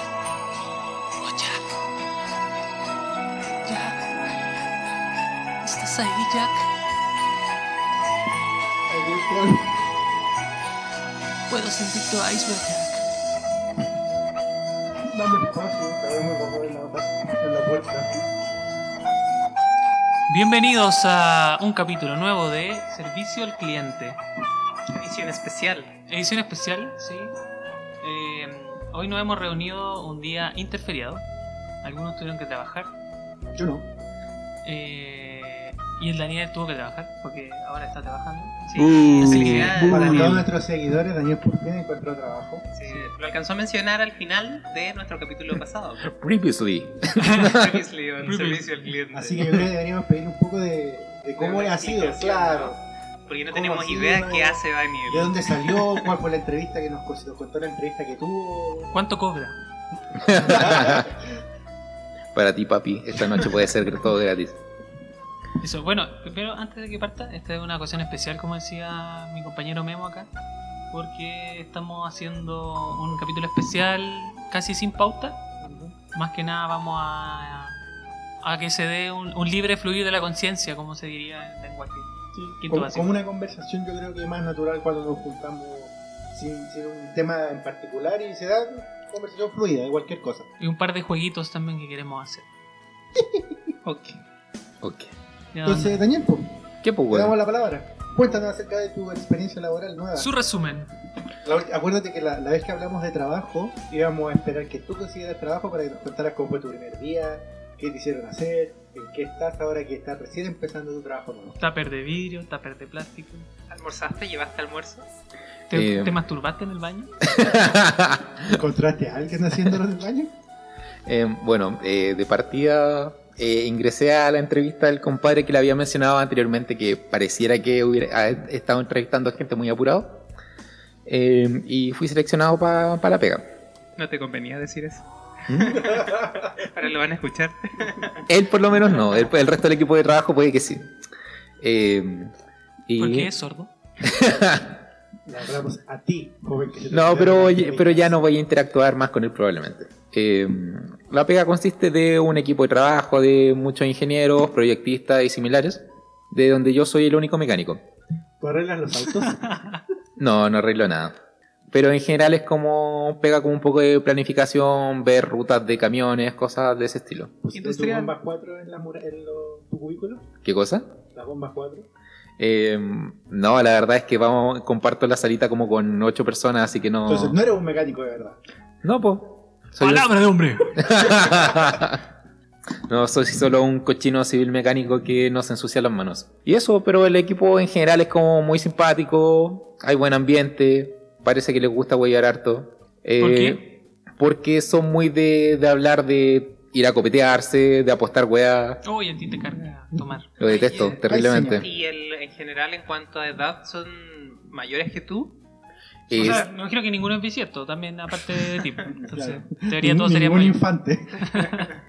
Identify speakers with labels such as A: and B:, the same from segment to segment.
A: Oh, Jack. Jack. ¿Estás ahí, Jack? Puedo sentir tu iceberg, Jack.
B: Dame espacio, cada vez me borró en la, en la puerta.
C: Bienvenidos a un capítulo nuevo de Servicio al Cliente.
D: Edición especial.
C: Edición especial, sí. Eh, hoy nos hemos reunido un día interferiado. Algunos tuvieron que trabajar.
B: Yo no.
C: eh, y el Daniel tuvo que trabajar porque ahora está trabajando.
D: Sí.
E: Uh.
D: Felicidades,
E: Uh.
B: Para todos
D: Daniel.
B: nuestros seguidores, Daniel Portín encontró trabajo.
D: Sí, lo alcanzó a mencionar al final de nuestro capítulo pasado.
E: Previously.
D: Previously, en
C: Previously.
D: servicio al cliente.
B: Así que yo creo que deberíamos pedir un poco de, de cómo
D: una
B: ha sido,
D: explicación,
B: claro.
D: Porque no
B: ¿Cómo
D: tenemos
B: así,
D: idea
B: no?
D: qué hace Daniel.
B: ¿De dónde salió? ¿Cuál fue la entrevista que nos cos- nos contó la entrevista que tuvo?
C: ¿Cuánto cobra?
E: Para ti, papi, esta noche puede ser todo gratis.
C: Eso, bueno, pero antes de que parta, esta es una ocasión especial, como decía mi compañero Memo acá, porque estamos haciendo un capítulo especial casi sin pauta. Más que nada vamos a, a que se dé un, un libre fluir de la conciencia, como se diría en lenguaje. Quinto
B: Como,
C: básico.
B: como una conversación yo creo que más natural cuando nos juntamos sin, sin un tema en particular y se da una conversación fluida de cualquier cosa.
C: Y un par de jueguitos también que queremos hacer.
D: Ok.
E: Ok.
C: Ya,
B: Entonces, Daniel, pues,
E: ¿Qué pues,
B: te damos
E: weón?
B: la palabra. Cuéntanos acerca de tu experiencia laboral nueva.
C: onda. Su resumen.
B: La ulti- acuérdate que la, la vez que hablamos de trabajo, íbamos a esperar que tú consiguieras trabajo para que nos contaras cómo fue tu primer día, qué te hicieron hacer, en qué estás ahora que estás recién empezando tu trabajo nuevo.
C: Tupper de vidrio, tupper de plástico.
D: ¿Almorzaste? ¿Llevaste almuerzo?
C: ¿Te,
E: Eh.
C: te masturbaste en el baño?
B: ¿Encontraste a alguien haciéndolo en el baño?
E: Eh, bueno, eh, de partida eh, ingresé a la entrevista del compadre que le había mencionado anteriormente, que pareciera que hubiera ha estado entrevistando a gente muy apurado. Eh, y fui seleccionado para la pega.
D: No te convenía decir eso.
E: ¿Mm?
D: Ahora lo van a escuchar.
E: Él por lo menos no, el, el resto del equipo de trabajo puede que sí. Eh, y-
C: Porque es sordo.
B: Le hablamos a ti, joven. Que se te
E: No,
B: olvidó
E: pero,
B: la entrevista.
E: pero ya no voy a interactuar más con él probablemente. Eh, la pega consiste de un equipo de trabajo de muchos ingenieros, proyectistas y similares, de donde yo soy el único mecánico.
B: ¿Tú arreglas los autos?
E: No, no arreglo nada. Pero en general es como pega con un poco de planificación, ver rutas de camiones, cosas de ese estilo.
B: ¿Pusiste tus
D: Industrial.
B: bombas 4 en, la mura- en lo- tu cubículo?
E: ¿Qué cosa?
B: ¿Las bombas 4?
E: Eh, no, la verdad es que vamos, comparto la salita como con ocho personas, así que no.
B: Entonces no eres un mecánico de verdad.
E: No, po. Soy un-
C: Palabra de hombre.
E: no, soy solo un cochino civil mecánico que nos ensucia las manos. Y eso, pero el equipo en general es como muy simpático, hay buen ambiente, parece que les gusta huellar harto. Eh,
C: ¿Por qué?
E: Porque son muy de, de hablar de ir a copetearse, de apostar weá.
C: Uy, Oh, a ti te carga tomar.
E: Lo detesto
D: Ay, eh,
E: terriblemente.
D: ¿Y el, en general, en cuanto a edad, son mayores que tú?
C: O
E: eh, Es-
C: sea, no creo que ninguno es bisiesto, también aparte de ti. pues. Entonces,
B: Claro.
C: en teoría todo sería
B: Ningún
C: por ahí.
B: infante.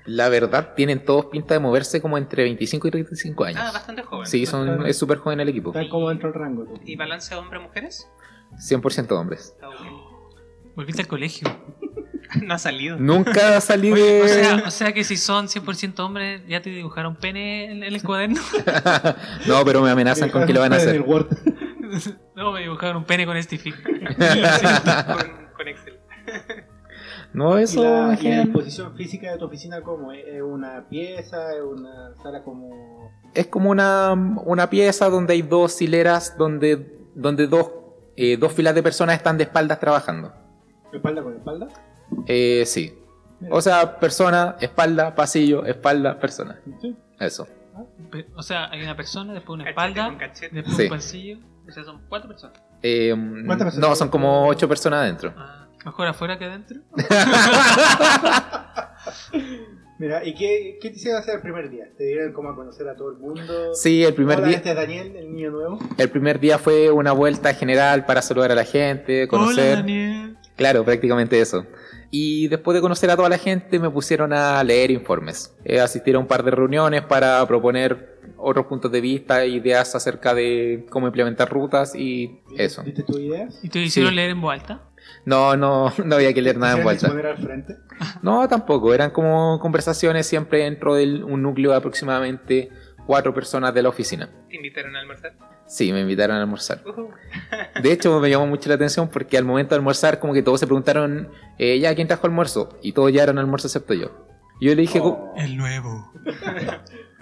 E: la verdad, tienen todos pinta de moverse como entre 25 y 35 años.
D: Ah, bastante joven.
E: sí, son, es súper joven el equipo.
B: Estás como dentro del rango tú.
D: ¿Y balance hombre-mujeres?
E: 100% hombres.
D: Ah, ok.
C: Volviste al colegio.
D: No ha salido.
E: Nunca salí de...
C: O sea, o sea que si son 100% hombres, ya te dibujaron pene en, en el cuaderno.
E: no, pero me amenazan con que lo van a
B: En
E: hacer.
B: el Word.
C: No, me dibujaron un pene con este fic.
D: con, con Excel.
E: No,
B: ¿Y
E: eso
B: la,
E: en
B: y la
E: general
B: disposición física de tu oficina cómo? ¿Es es una pieza? ¿Es una sala como...?
E: es como una, una pieza donde hay dos hileras, donde, donde dos, eh, dos filas de personas están de espaldas trabajando.
B: ¿Espalda con espalda?
E: Eh, sí. O sea, persona, espalda, pasillo, espalda, persona.
B: Sí.
E: Eso.
C: Pe- O sea, hay una persona, después una
D: Cachete con
C: espalda,
D: cachete.
C: después
E: Sí.
C: un pasillo. O sea, son cuatro personas.
E: Eh,
B: ¿Cuántas personas?
E: no, son como ocho personas adentro.
C: Ah, mejor afuera que adentro.
B: Mira, ¿y qué, qué te hicieron hacer el primer día? ¿Te dieron como a conocer a todo el mundo?
E: Sí, el primer
B: Hola,
E: día,
B: este es Daniel, el niño nuevo.
E: el primer día fue una vuelta general para saludar a la gente, conocer.
C: Hola, Daniel.
E: Claro, prácticamente eso. Y después de conocer a toda la gente me pusieron a leer informes. Eh, asistir a un par de reuniones para proponer otros puntos de vista, ideas acerca de cómo implementar rutas y eso.
B: ¿Viste tus ideas?
C: ¿Y te hicieron
E: Sí.
C: leer en voz alta?
E: No, no, no había que leer nada en
B: ¿Quisieron
E: vuelta.
B: exponer al frente?
E: No, tampoco. Eran como conversaciones siempre dentro de un núcleo de aproximadamente cuatro personas de la oficina.
D: ¿Te invitaron a almorzar?
E: Sí, me invitaron a almorzar.
D: Ujú.
E: De hecho, me llamó mucho la atención porque al momento de almorzar, como que todos se preguntaron, eh, ya, ¿quién trajo almuerzo? Y todos ya eran almuerzo excepto yo. Yo le dije, co-
B: Oh.
F: El nuevo.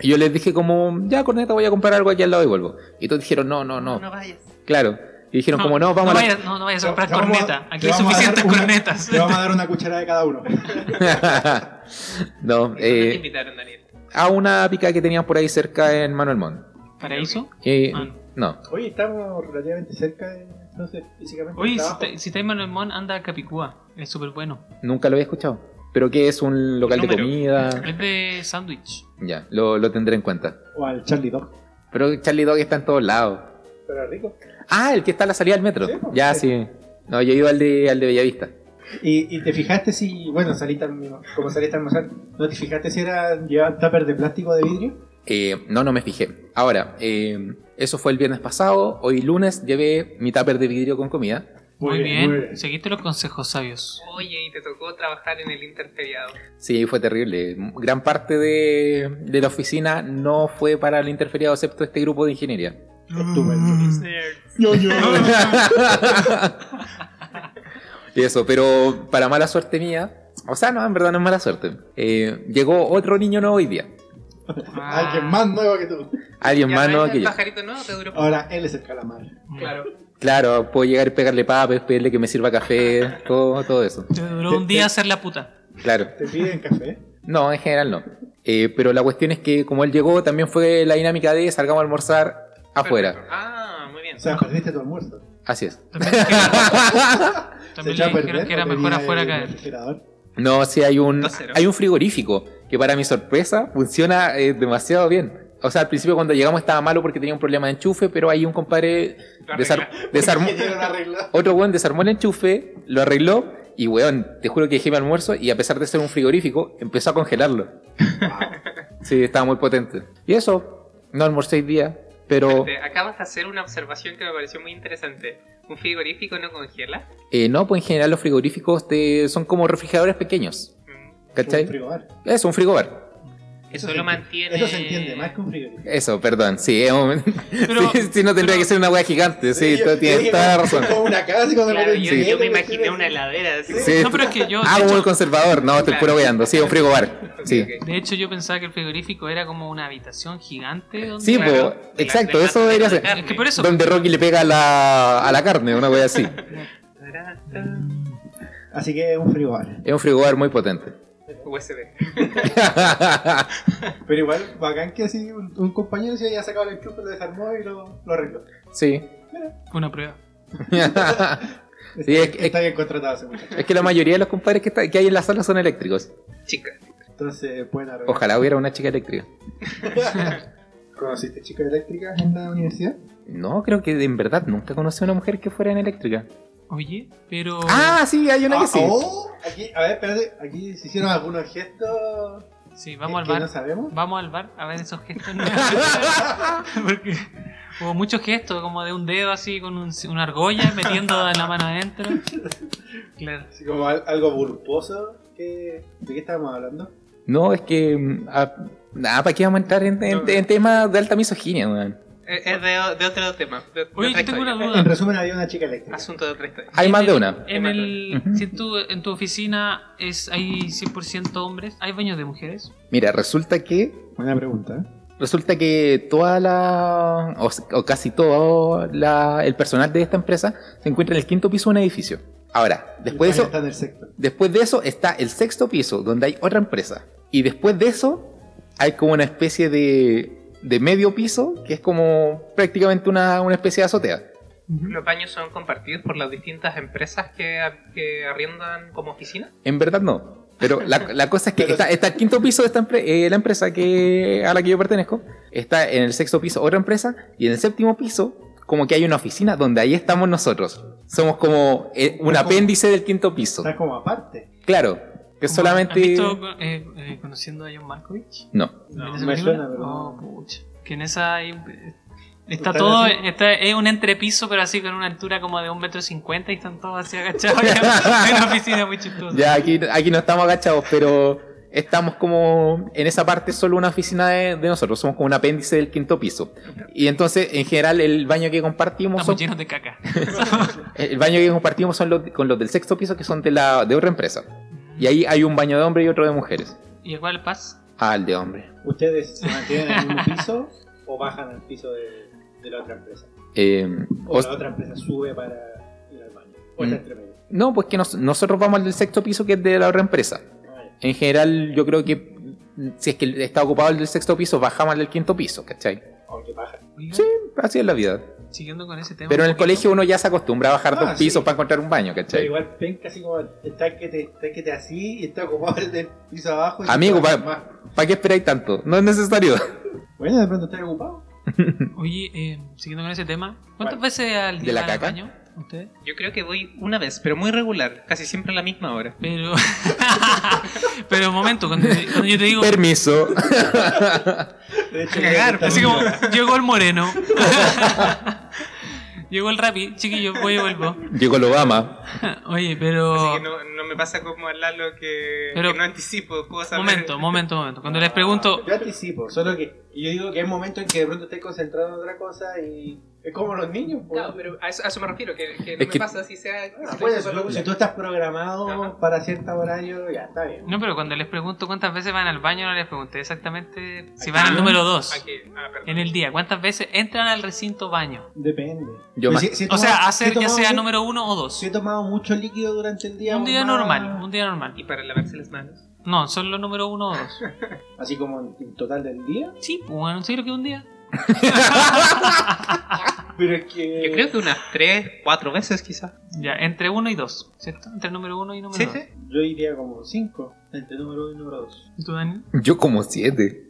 E: yo les dije como, ya, corneta, voy a comprar algo aquí al lado y vuelvo. Y todos dijeron, no, no, no.
D: Uh, No vayas.
E: Claro. Y dijeron como, no, vamos
C: no
E: a la-
C: vayas, no, no vayas a
B: Te-
C: comprar
B: te vamos a-
C: corneta.
B: te
C: Aquí hay
B: vamos a dar
C: suficientes
B: una-
C: cornetas.
B: Te vamos a dar una cuchara de cada uno.
E: no,
D: ¿Y dónde te
E: eh,
D: invitaron, Daniel?
E: a una pica que tenían por ahí cerca en Manuel Montt.
C: ¿Paraíso?
E: Y,
C: Ah,
E: no.
B: Oye, estamos relativamente cerca de, entonces, físicamente.
C: Oye,
B: del
C: si,
B: trabajo.
C: te, si estáis en Manuel Mon, anda a Capicúa. Es súper bueno.
E: Nunca lo había escuchado. Pero que es un local de
D: Número.
E: comida.
C: Es de sándwich.
E: Ya, lo, lo tendré en cuenta.
B: O al Charlie Dog.
E: Pero Charlie Dog está en todos lados.
B: Pero es rico.
E: Ah, el que está a la salida del metro.
B: Sí, pues.
E: ya, sí. No, yo he ido al de, al de Bellavista.
B: Y, y te fijaste si, bueno, saliste al- como saliste a almorzar, ¿no te fijaste si eran llevaban tupper de plástico de vidrio?
E: Eh, no, no me fijé. Ahora, eh, eso fue el viernes pasado. Hoy lunes llevé mi tupper de vidrio con comida.
C: Muy, bien. Seguiste los consejos sabios.
D: Oye, y te tocó trabajar en el interferiado.
E: Sí, fue terrible. Gran parte de, de la oficina no fue para el interferiado, excepto este grupo de ingeniería.
B: Estupendo.
F: Yo, yo.
E: y eso, pero para mala suerte mía, o sea, no, en verdad no es mala suerte. eh, llegó otro niño nuevo hoy día.
B: Alguien Ah, más nuevo que tú.
E: Alguien
D: Ya
E: más
D: no
E: nuevo
D: eres
E: que
D: el
E: yo.
D: pajarito nuevo te duró.
B: Ahora él es el calamar.
D: Claro.
E: Claro, puedo llegar y pegarle papas, pedirle que me sirva café, todo, todo eso.
C: Te duró un día hacer la puta.
E: Claro.
B: ¿Te piden café?
E: No, en general no. Eh, pero la cuestión es que como él llegó, también fue la dinámica de salgamos a almorzar afuera.
D: Perfecto. Ah, muy bien.
B: O sea, perdiste tu almuerzo.
E: Así es.
C: También le dijeron- También
B: echó
C: le
B: a
C: dijeron que era
B: ¿O tenía
C: mejor afuera
B: el
C: que adentro.
B: refrigerador?
E: No, sí hay un,
D: Está cero.
E: hay un frigorífico que para mi sorpresa funciona eh, demasiado bien. O sea, al principio cuando llegamos estaba malo porque tenía un problema de enchufe, pero ahí un compadre
D: Lo
E: desar-
D: arregla.
E: desarmó,
B: Quiero arreglar.
E: otro weón desarmó el enchufe, lo arregló y weón, te juro que dejé mi almuerzo y a pesar de ser un frigorífico, empezó a congelarlo. Sí, estaba muy potente. Y eso, no almorcé hoy día, pero
D: Espérate, Acabas de hacer una observación que me pareció muy interesante. ¿Un frigorífico no congela?
E: eh, no, pues en general los frigoríficos te- son como refrigeradores pequeños.
D: Mm,
B: Un
E: ¿Cachai?
B: frigobar.
E: Es un frigobar.
D: Eso
B: se
D: lo
B: entiende.
D: mantiene.
B: Eso se entiende más que un frigorífico.
E: Eso, perdón, sí, es un-
C: Pero-
E: sí, sí, no tendría
C: pero-
E: que ser una wea gigante, sí,
B: yo-
E: tú tienes
B: yo-
E: toda la razón.
B: Como una casa y cuando
D: Claro,
B: lo
D: yo,
B: entiendo,
D: yo me
B: pues,
D: imaginé una heladera. así.
E: Sí,
C: No, pero es que yo. de
E: ah,
C: hecho-
E: como el conservador, no, estoy
D: Claro.
E: puro weando, sí, un frigobar.
D: Ok,
E: Sí,
D: ok.
C: De hecho, yo pensaba que el frigorífico era como una habitación gigante. Donde
E: sí,
D: Claro,
E: po,
D: la-
E: exacto,
D: la-
E: eso
D: la-
E: debería
D: la-
E: ser.
D: carne.
C: Es que por eso.
E: Donde Rocky le pega a la, a la carne, una wea así.
B: Así que es un frigobar.
E: Es un frigobar muy potente.
D: USB.
B: Pero igual, bacán que así un, un compañero se había sacado el enchufe, lo desarmó y lo, lo arregló.
E: sí.
C: Fue una prueba.
E: Sí, es que-
B: Está bien contratado ese muchacho.
E: Es que la mayoría de los compadres que, está- que hay en la sala son eléctricos.
D: Chica.
B: Entonces, pueden arreglar.
E: Ojalá hubiera una chica eléctrica.
B: ¿Conociste chicas eléctricas en la universidad?
E: No, creo que en verdad nunca conocí a una mujer que fuera en eléctrica.
C: Oye, pero.
E: Ah, sí, hay una que sí.
B: Ah, oh, aquí, a ver, espérate, aquí se hicieron algunos gestos
C: Sí, vamos al
B: que no
C: bar.
B: sabemos.
C: Vamos al bar a ver esos gestos. nuevos. Porque hubo muchos gestos, como de un dedo así con un- una argolla metiendo la mano adentro. Claro.
B: Así como al- algo bulboso. que- ¿De qué estábamos hablando?
E: No, es que. mm, ah, Nada, ¿para qué vamos a entrar en, en- en temas de alta misoginia, weón?
D: Eh, Es de, de otro tema. de- de
C: Oye,
D: otra
C: yo tengo
D: historia.
C: una
B: En
C: duda.
B: resumen, había una chica eléctrica.
C: Ah,
D: Asunto de otra historia.
E: Hay
C: En
E: más de
C: el-
E: una.
C: En, el,
E: Ujú.
C: si en tu, en tu oficina es hay 100% hombres, ¿hay baños de mujeres?
E: Mira, resulta que.
B: Buena pregunta. ¿eh?
E: Resulta que toda la. o, s- o casi todo la- el personal de esta empresa se encuentra en el quinto piso de un edificio. Ahora, después de eso.
B: Está en el sector.
E: Después de eso está el sexto piso, donde hay otra empresa. Y después de eso hay como una especie de, de medio piso, que es como prácticamente una, una especie de azotea.
D: Los baños son compartidos por las distintas empresas que, que arriendan como oficina.
E: En verdad no. Pero la, la cosa es que
B: Pero-
E: está, está el quinto piso de esta empre- eh, la empresa que, a la que yo pertenezco. Está en el sexto piso otra empresa. Y en el séptimo piso, como que hay una oficina donde ahí estamos nosotros. Somos como eh, un
B: Somos-
E: apéndice del quinto piso.
B: Está como aparte.
E: Claro, que
C: Como,
E: solamente...
C: ¿Has visto eh, eh, conociendo a John Markovich?
E: No.
B: No,
C: ¿Viste esa
B: me
C: película?
B: suena, pero
C: Oh,
B: no.
C: pucha. Que en esa hay- Está
B: ¿Están
C: todo,
B: así?
C: está, es un entrepiso, pero así con una altura como de un metro cincuenta y están todos así agachados. en una oficina muy chistosa.
E: Ya, aquí, aquí no estamos agachados, pero estamos como en esa parte solo una oficina de, de nosotros, somos como un apéndice del quinto piso. Y entonces, en general, el baño que compartimos,
C: Estamos
E: son-
C: llenos de caca.
E: el baño que compartimos son los, con los del sexto piso que son de, la, de otra empresa. Y ahí hay un baño de hombre y otro de mujeres.
C: ¿Y a cuál paz?
E: Ah, el de hombre.
B: ¿Ustedes se mantienen en el mismo piso o bajan al piso de, de la otra empresa?
E: Eh,
B: O
E: os-
B: la otra empresa sube para ir al baño. O está
E: Mm.
B: entre medio.
E: no, pues que nos- nosotros vamos al del sexto piso que es de la otra empresa.
B: Ah, ya.
E: En general, yo creo que si es que está ocupado el del sexto piso, bajamos al del quinto piso, ¿cachai?
B: Aunque bajan.
C: Oiga,
E: Sí. Así es la vida.
C: Siguiendo con ese tema.
E: Pero en
C: un
E: el
C: poquito.
E: colegio uno ya se acostumbra a bajar
B: Ah,
E: dos pisos
B: sí.
E: para encontrar un baño,
B: Pero
E: ¿cachai?
B: igual ven casi como está que te, está que te así y está ocupado el del piso abajo. y
E: Amigo,
B: está
E: pa-
B: más.
E: ¿Para qué esperáis tanto? No es necesario.
B: Bueno, de pronto está ocupado.
C: Oye, eh, siguiendo con ese tema, ¿cuántas
B: ¿Cuál?
C: veces al día
E: ¿De la
C: van al
E: caca?
C: baño ustedes?
D: Yo creo que voy una vez, pero muy regular, casi siempre a la misma hora.
C: Pero. Pero un momento, cuando, cuando yo te digo.
E: Permiso.
B: De hecho,
D: Cagar,
B: está
C: Así como,
B: ocupado.
C: llegó el moreno. llegó el rapi, chiquillo, voy y vuelvo.
E: Llegó el Obama.
C: Oye, pero.
D: Así que no, no me pasa como a Lalo que,
C: Pero-
D: que no anticipo cosas.
C: Momento, momento, momento. Cuando les pregunto.
B: Yo anticipo, solo que yo digo que hay momentos en que de pronto estoy concentrado en otra cosa y. Es como los niños, pues.
D: Claro, pero a eso, a eso me refiero, que, que no me
E: Es que-
D: pasa si sea...
B: Ah,
D: si
B: puede
D: sea
B: ser,
D: solo-
B: si tú estás programado
D: Ajá.
B: para cierto horario, ya está bien.
C: No, pero cuando les pregunto cuántas veces van al baño, no les pregunté exactamente si
D: Aquí,
C: van al
D: ¿no?
C: número 2
D: Aquí, ah, perdón.
C: en el día. ¿Cuántas veces entran al recinto baño?
B: Depende. Pero
E: Yo más-
B: si- si he
C: O
B: tomado-
C: sea,
B: si he
C: hacer ya
B: tomado
C: sea
B: mu-
C: número 1 o 2.
B: Si he tomado mucho líquido durante el día.
C: Un día
B: más-
C: normal, un día normal.
D: Y para lavarse las manos.
C: No, solo número 1 o 2.
B: Así como en en total del día.
C: Sí, pues, bueno, sí creo que un día.
B: Pero es que.
D: Yo creo que unas tres, cuatro veces quizás.
C: Ya, entre 1 y 2, ¿cierto? Entre número 1 y número
D: Sí,
C: 2.
D: sí.
B: Yo iría como 5 entre número 1 y número 2.
C: ¿Tú, Dani?
E: Yo como siete.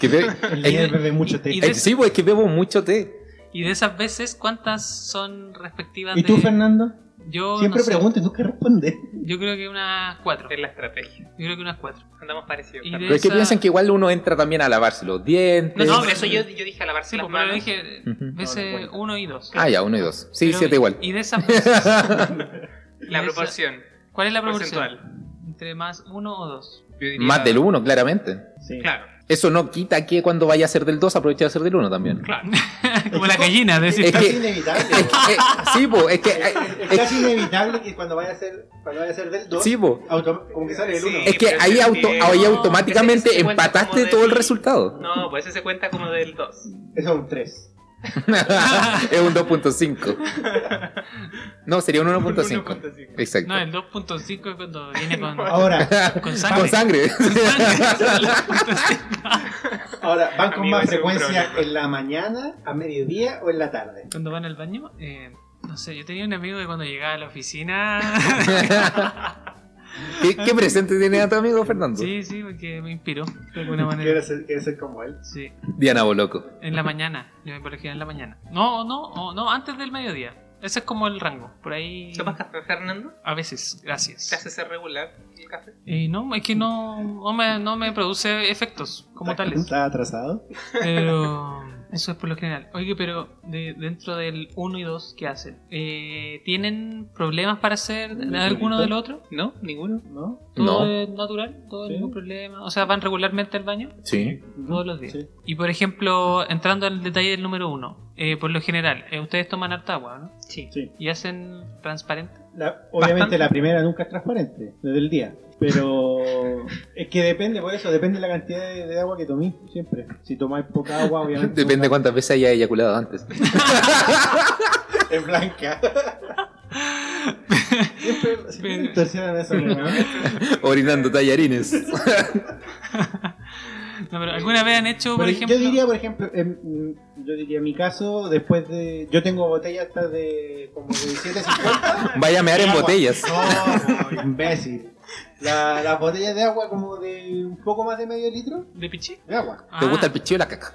E: Que be-
B: El
E: Eh,
B: líder bebe mucho té.
C: y-
B: ¿Y,
C: de-
E: eh, sí, pues es que bebo mucho té.
C: Y de esas veces, ¿cuántas son respectivas
B: tú,
C: de-
B: Fernando?
C: Yo
B: Siempre
C: no sé.
B: preguntes, nunca respondes.
C: Yo creo que unas 4.
D: Es
C: Yo
D: la estrategia.
C: creo que unas 4.
D: Andamos parecidos.
C: Y
D: Carlos.
E: Pero es que
C: Esa-
E: piensan que igual uno entra también a lavarse los dientes.
D: No, no,
C: es-
D: pero eso yo, yo dije a lavarse
C: Sí,
D: las
C: pues, pero
D: manos.
C: dije
E: Ujú.
B: No, no
C: veces
B: cuenta.
C: 1 y 2.
E: Ah, ya, uno y dos. Sí, siete igual.
C: Y de esas veces,
D: La
C: Esa-
D: proporción.
C: ¿cuál es la proporción?
D: Porcentual.
C: Entre más 1 o 2.
D: Yo diría-
E: Más del uno, claramente.
B: Sí.
D: Claro,
E: Eso no quita que cuando vaya a ser del dos aproveche de ser del uno también.
D: claro.
C: Como la gallina,
B: Es,
C: decir.
E: Es
B: casi
E: que-
B: inevitable.
E: Es que- eh, sí, pues, es que... eh,
B: es
E: es-
B: casi inevitable que cuando vaya a ser, cuando vaya a ser del 2,
E: sí, pues.
B: como que sale el
D: Sí.
B: 1.
E: Es que
D: pero
E: ahí,
D: es
E: auto,
D: que-
E: ahí
C: no,
E: automáticamente
D: ese se cuenta como
E: empataste
D: del-
E: todo el resultado.
D: No, pues ese se cuenta como del 2.
B: Eso es un 3.
E: es un 2.5. No, sería un 1.5.
D: 1.5.
E: Exacto.
C: No, el 2.5 es cuando viene con,
B: Ahora,
C: con
E: Con
C: sangre.
E: sangre.
B: ahora van con
D: Amigo,
B: más
D: ese es un
B: frecuencia
D: problema.
B: en la mañana, a mediodía o en la tarde.
C: cuando van al baño, eh, no sé, yo tenía un amigo que cuando llegaba a la oficina.
E: ¿Qué, qué presente tiene a tu amigo Fernando?
C: sí, sí, porque me inspiró de alguna
B: Quiero
C: manera.
B: ser, quiero ser como él.
C: Sí,
E: Diana Boloco.
C: en la mañana, yo me colegía en la mañana. No, no, o no, antes del mediodía. Ese es como el rango, por ahí.
D: ¿Tomas café, Fernando?
C: A veces, gracias.
D: ¿Te hace ser regular el café?
C: Y no, es que no, no, me, no me produce efectos como
B: Está-
C: tales.
B: Está atrasado.
C: Pero eso es por lo general. Oye, pero de- dentro del 1 y 2, ¿qué hacen? Eh, ¿Tienen problemas para hacer de alguno del otro?
D: No, ninguno.
B: ¿No?
C: ¿Todo
E: No.
C: es natural? ¿Todo
B: Sí.
C: ningún problema? O sea, ¿van regularmente al baño?
E: Sí.
C: Todos los días.
B: Sí.
C: Y por ejemplo, entrando al detalle del número 1, por lo general, eh, ustedes toman harta agua, ¿no?
D: Sí.
B: Sí.
C: ¿Y hacen transparente?
B: La- obviamente
D: Bastante.
B: la primera nunca es transparente, desde el día. Pero es que depende, por eso, depende de la cantidad de, de agua que tomís, siempre. Si tomáis poca agua, obviamente.
E: Depende cuántas veces haya eyaculado antes.
B: Es blanca. siempre siempre
C: Pero-
B: distorsionan eso, ¿no?
E: Orinando tallarines.
C: No, pero ¿alguna vez han hecho, por
B: Pero
C: ejemplo...
B: Yo diría, por ejemplo, em, mm, yo diría en mi caso, después de. Yo tengo botellas hasta de. como de 750.
E: Vaya a mear en
B: Agua.
E: botellas.
B: No, no, imbécil. La- las botellas de agua, como de un poco más de medio litro
C: ¿De pichí?
B: de agua.
E: ¿Te
C: Ah,
E: gusta el pichillo y la caca?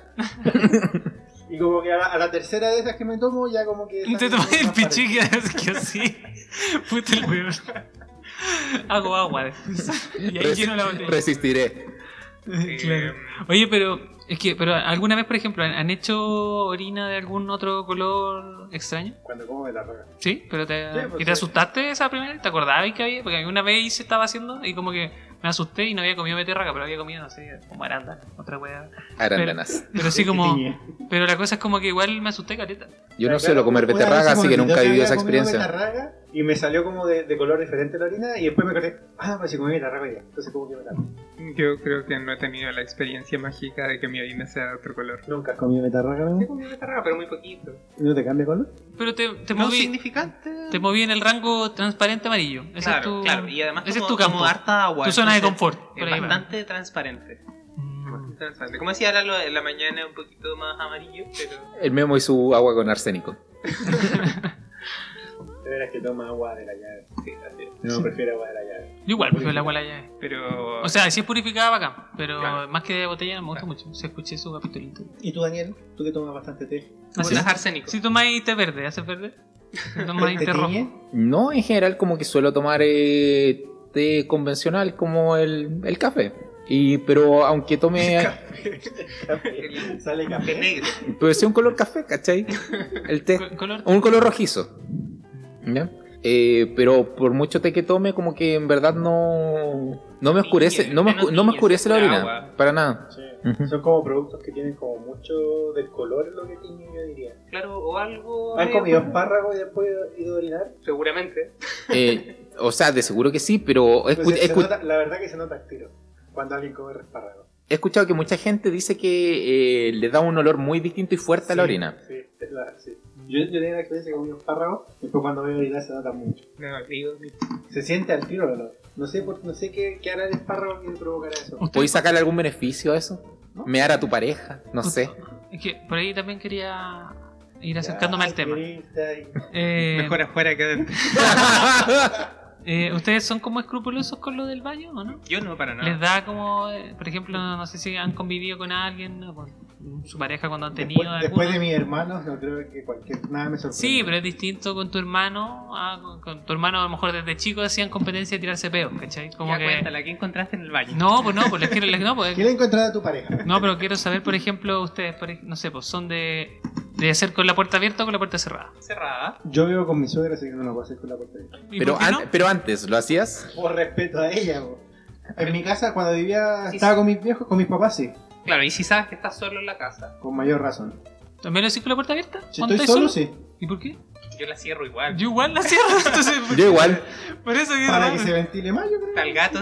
B: Y como que a la, a la tercera de esas que me tomo, ya como que.
C: Te tomas el pichique así que así. Puta el weón. Hago agua después. Y ahí
E: Res-
C: lleno la botella.
E: Resistiré.
C: Claro. Oye, pero es que, pero alguna vez, por ejemplo, ¿han- ¿han hecho orina de algún otro color extraño?
B: Cuando como de la roca.
C: Sí, pero te,
B: Sí, pues
C: ¿y te
B: sí.
C: asustaste esa primera? vez? ¿Te acordabas que había? Porque alguna vez hice, estaba haciendo y como que me asusté y no había comido beterraca, pero había comido, no sé, como aranda, otra weá.
E: Arándanas.
C: Pero así como, pero la cosa es como que igual me asusté, careta.
E: Yo no
B: Claro,
E: suelo comer
B: una vez
E: beterraga, así
B: como
E: que
B: me olvidó
E: nunca he vivido esa
B: había comido
E: experiencia.
B: betarraga Y me salió como de, de color diferente la orina y después me acordé, ah, pues si comí betarraga ya. Entonces como que betarraga.
D: Yo creo que no he tenido la experiencia mágica de que mi orina sea de otro color.
B: Nunca has comido betarraga,
D: Sí,
B: ¿no?
D: comí betarraga, pero muy poquito.
B: ¿No te cambia color?
C: Pero te, te
D: No
C: moví,
D: significante.
C: te moví en el rango transparente amarillo. Ese
D: Claro,
C: es tu,
D: claro. Y además
C: ese es
D: como-
C: tu campo,
D: como harta agua.
C: tu zona de
D: entonces
C: confort.
D: es
C: por ahí va.
D: bastante transparente.
C: Mm.
D: Transparente. Como decía Lalo, en la mañana un poquito más amarillo, pero...
E: El memo y su agua con arsénico.
B: De veras que toma agua de la llave.
D: Sí, así es.
B: No, prefiero agua de la llave.
C: Yo igual, prefiero el agua a la llave.
D: Pero...
C: O sea, si es purificada, bacán. Pero
D: Claro.
C: más que de botella, me gusta mucho. Se escuché su capitulito.
B: ¿Y tú, Daniel? Tú que tomas bastante té.
D: Bueno,
C: Así
D: es
C: es.
D: arsénico.
C: Si tomáis té verde, ¿haces verde? Si tomáis té rojo.
B: tiñe?
E: No, en general como que suelo tomar eh, té convencional como el, el café. Y, pero aunque tome...
B: Café. Sale
D: De
B: café.
D: negro.
E: pero sea un color café, ¿cachai? El té.
C: Co- color-
E: Un color rojizo. ¿Ya? Eh, pero por mucho té que tome, como que en verdad no... No me oscurece, no me, oscu- no me oscurece la orina. Para nada.
B: Sí.
E: Ujú.
B: Son como productos que tienen como mucho del color en lo que tiñe, yo diría.
D: Claro, o algo...
B: ¿Han
D: medio-
B: comido
C: pues,
B: espárragos y después ido a orinar?
D: Seguramente.
E: Eh, o sea, de seguro que sí, pero he,
B: Pues
E: escu-
B: se-
E: he
B: se
E: escu-
B: nota- la verdad que se nota el tiro cuando alguien come espárragos.
E: he escuchado que mucha gente dice que eh, le da un olor muy distinto y fuerte a la orina.
B: Sí, la- sí. Yo, yo tenía la experiencia con un espárrago, después cuando voy a orinar se nota mucho.
D: No, digo...
B: Se siente al tiro el olor. No sé, por- no sé qué, qué hará el espárrago que le provocará eso.
E: ¿Podéis sacarle algún beneficio a eso?
B: ¿No?
E: ¿Mear a tu pareja? No sé.
C: Es que por ahí también quería ir acercándome al tema. Eh,
D: Mejor afuera que adentro.
C: eh, ¿Ustedes son como escrupulosos con lo del baño o no?
D: Yo no, para nada.
C: ¿Les da como, eh, por ejemplo, no sé si han convivido con alguien, o con su pareja cuando han tenido
B: Después, después
C: alguno?
B: de mis hermanos, no creo que cualquier nada me sorprenda.
C: Sí, pero es distinto con tu hermano. a- con, con tu hermano, a lo mejor desde chico hacían competencia de tirarse peos, ¿cachai? Como
D: ya
C: que.
D: cuéntala, ¿qué encontraste en el baño?
C: No, pues no, pues les quiero. les- no, pues-
B: ¿Qué le encontrará a tu pareja?
C: no, pero quiero saber, por ejemplo, ustedes, por ej- no sé, pues son de, de hacer con la puerta abierta o con la puerta cerrada.
D: Cerrada.
B: Yo vivo con mi suegra, así que no lo puedo hacer con la portería.
C: ¿Y
E: Pero,
C: por qué
E: an-
C: no?
E: pero antes, ¿lo hacías?
B: Por respeto a ella, bo. En mi casa, cuando vivía,
D: Sí,
B: estaba
D: sí.
B: con mis viejos, con mis papás, sí.
D: Claro, y si sabes que estás solo en la casa,
B: Con mayor razón.
C: ¿También lo hacís con la puerta abierta?
B: Si
C: ¿Cuándo
B: estoy
C: estáis
B: solo, sí.
C: ¿Y por qué?
D: yo la cierro igual.
C: Yo igual la cierro, entonces.
E: Yo igual.
C: Por eso que.
B: Para que se ventile más, yo creo.
D: Está el gato,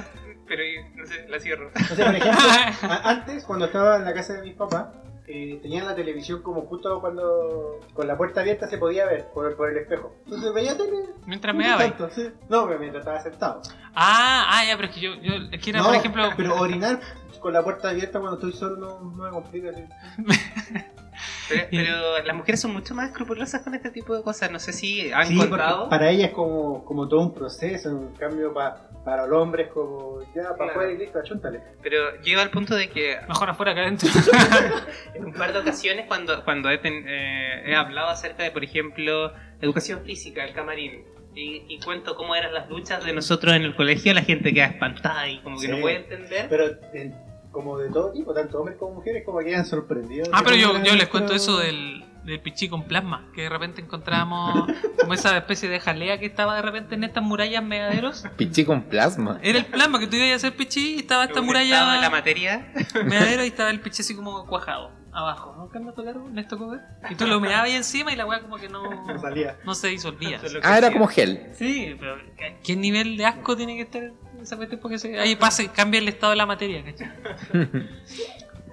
D: pero yo, no sé, la cierro.
B: O sea, por ejemplo, a- antes, cuando estaba en la casa de mis papás, eh, tenían la televisión como justo cuando con la puerta abierta se podía ver por, por el espejo. Entonces veía tele.
C: Mientras me
B: no
C: daba.
B: tanto, sí. No, pero mientras estaba sentado.
C: Ah, ah, ya, pero es que yo. yo es que era,
B: No,
C: por ejemplo.
B: Pero orinar con la puerta abierta cuando estoy solo no, no me complica. sí.
D: Pero, pero las mujeres son mucho más escrupulosas con este tipo de cosas. No sé si han
B: Sí,
D: encontrado.
B: porque para ella es como, como todo un proceso, en cambio pa- para el hombre es como ya para
D: Claro.
B: afuera y listo, achúntale.
D: Pero lleva al punto de que
C: Mejor afuera que adentro.
D: en un par de ocasiones cuando, cuando he, ten- eh, he hablado acerca de, por ejemplo, educación física, el camarín, y, y cuento cómo eran las duchas de nosotros en el colegio, la gente queda espantada y como que
B: Sí.
D: no puede entender.
B: Pero eh, como de todo tipo, tanto hombres como mujeres, como que quedan sorprendidos.
C: Ah,
B: de
C: pero
B: cómo era
C: yo, yo les
B: nuestro-
C: cuento eso del, del pichí con plasma, que de repente encontramos como esa especie de jalea que estaba de repente en estas murallas meaderos.
E: Pichí con plasma.
C: Era el plasma que tú ibas a hacer pichí y estaba esta
D: Lo estaba en la
C: muralla
D: materia.
C: meadero y estaba el pichí así como cuajado, abajo. ¿No cambia tu largo? ¿No tocó ver? Y tú lo meabas ahí encima y la weá como que no,
B: No salía.
C: no se disolvía.
D: Eso es lo que
E: Ah, era
D: hacía.
E: como gel.
C: Sí, pero ¿qué- ¿qué nivel de asco tiene que estar esa cuestión? Porque se, ahí pasa, cambia el estado de la materia, ¿cachai?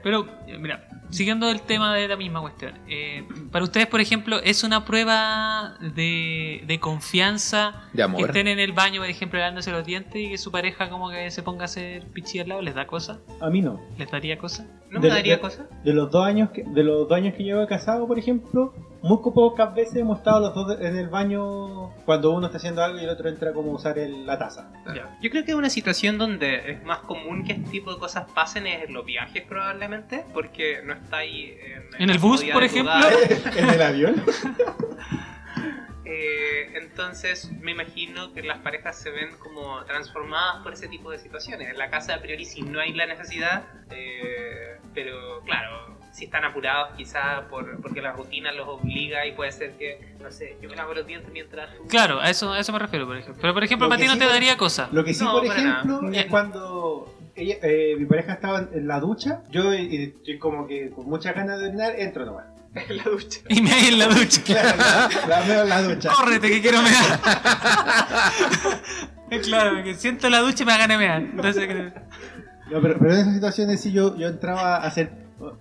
C: Pero, eh, mira, siguiendo el tema de la misma cuestión, eh, para ustedes, por ejemplo, ¿es una prueba de, de confianza
E: De
C: que
E: amor.
C: estén en el baño, por ejemplo, lavándose los dientes y que su pareja como que se ponga a hacer pichi al lado? ¿Les da cosa?
B: A mí no.
C: ¿Les daría cosa?
D: ¿No me
B: De-
D: daría
B: de-
D: cosa?
B: De los dos años que, de los dos años que llevo casado, por ejemplo, muy pocas veces hemos estado los dos en el baño cuando uno está haciendo algo y el otro entra como a usar el- la taza.
D: Ya. Yo creo que una situación donde es más común que este tipo de cosas pasen es en los viajes probablemente, porque no está ahí en,
C: ¿En el bus,
D: comodidad
C: por
D: de tu
C: ejemplo?
D: hogar.
B: ¿En el avión?
D: Eh, entonces me imagino que las parejas se ven como transformadas por ese tipo de situaciones. En la casa a priori si no hay la necesidad, eh, pero claro, si están apurados quizá por, porque la rutina los obliga y puede ser que, no sé, yo me lavo los dientes mientras tú...
C: Claro, a eso, a eso me refiero, por ejemplo. Pero por ejemplo,
B: Lo
C: a ti
B: que
C: no
B: sí
C: te
B: me-
C: daría cosa.
B: Lo que sí,
D: No,
B: por
D: para
B: ejemplo,
D: nada.
B: es
C: Ya.
B: cuando ella- eh, mi pareja estaba en la ducha, yo eh, estoy como que con muchas ganas de orinar, entro nomás.
D: en la ducha.
C: Y me hay en la ducha.
B: Claro, la- la veo en la ducha.
C: ¡Córrete que quiero mear! claro, que siento la ducha y me hagan de mear. Entonces, que-
B: No, pero, pero en esas situaciones sí yo, yo entraba a hacer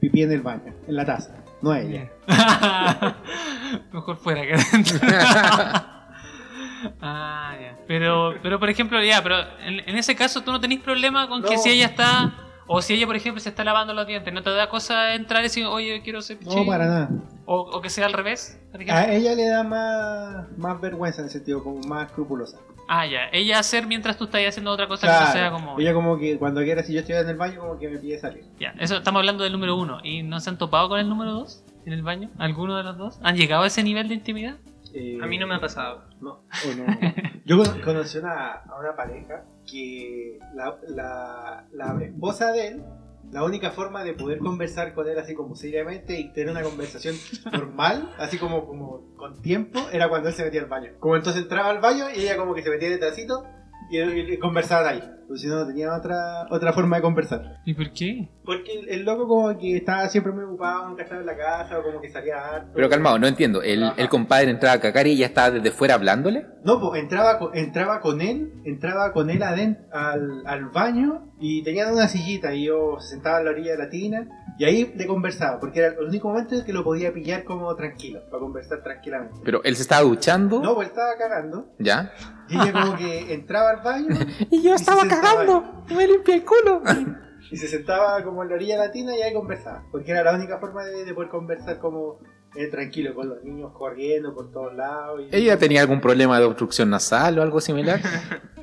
B: pipí en el baño, en la taza, no a ella.
C: Mejor fuera que adentro. ah, ya. Pero, pero por ejemplo, ya, pero en, en ese caso tú no tenés problema con que
B: No.
C: si ella está. O si ella, por ejemplo, se está lavando los dientes, ¿no te da cosa entrar y decir, oye, quiero ser
B: No, para nada. Ah,
C: O, o que sea al revés, por ejemplo.
B: A ella le da más, más vergüenza en el sentido, como más escrupulosa.
C: Ah, ya. Ella hacer mientras tú estás haciendo otra cosa que no
B: ¿eh? Claro,
C: sea como.
B: Ella como que cuando quiera, si yo estoy en el baño, como que me pide salir.
C: Ya, eso estamos hablando del número uno. ¿Y no se han topado con el número dos en el baño? ¿Alguno de los dos? ¿Han llegado a ese nivel de intimidad?
B: Eh,
D: A mí no me ha pasado.
B: No, o Oh, no. Yo cono- conocí una, a una pareja que la, la, la esposa de él, la única forma de poder conversar con él así como seriamente y tener una conversación normal, así como, como con tiempo, era cuando él se metía al baño. Como entonces entraba al baño y ella como que se metía detrásito y, y conversaban ahí. Porque si no, no tenía otra, otra forma de conversar.
C: ¿Y por qué?
B: Porque el, el loco como que estaba siempre muy ocupado, nunca estaba en la casa o como que salía harto.
E: Pero calmado, no entiendo. El, el compadre entraba a cacar y ya estaba desde fuera hablándole.
B: No, pues entraba, co- entraba con él, entraba con él aden- al, al baño y tenían una sillita y yo se sentaba en la orilla de la tina y ahí le conversaba, porque era el único momento en el que lo podía pillar como tranquilo, para conversar tranquilamente.
E: Pero él se estaba duchando.
B: No, pues estaba cagando
E: ¿Ya?
B: y ella como que entraba al baño
E: Y yo
B: se estaba sentaba cagando,
E: Me limpié el culo.
B: y se sentaba como en la orilla de la tina y ahí conversaba, porque era la única forma de, de poder conversar como eh, tranquilo, con los niños corriendo por todos lados. Y...
E: ¿Ella tenía algún problema de obstrucción nasal o algo similar?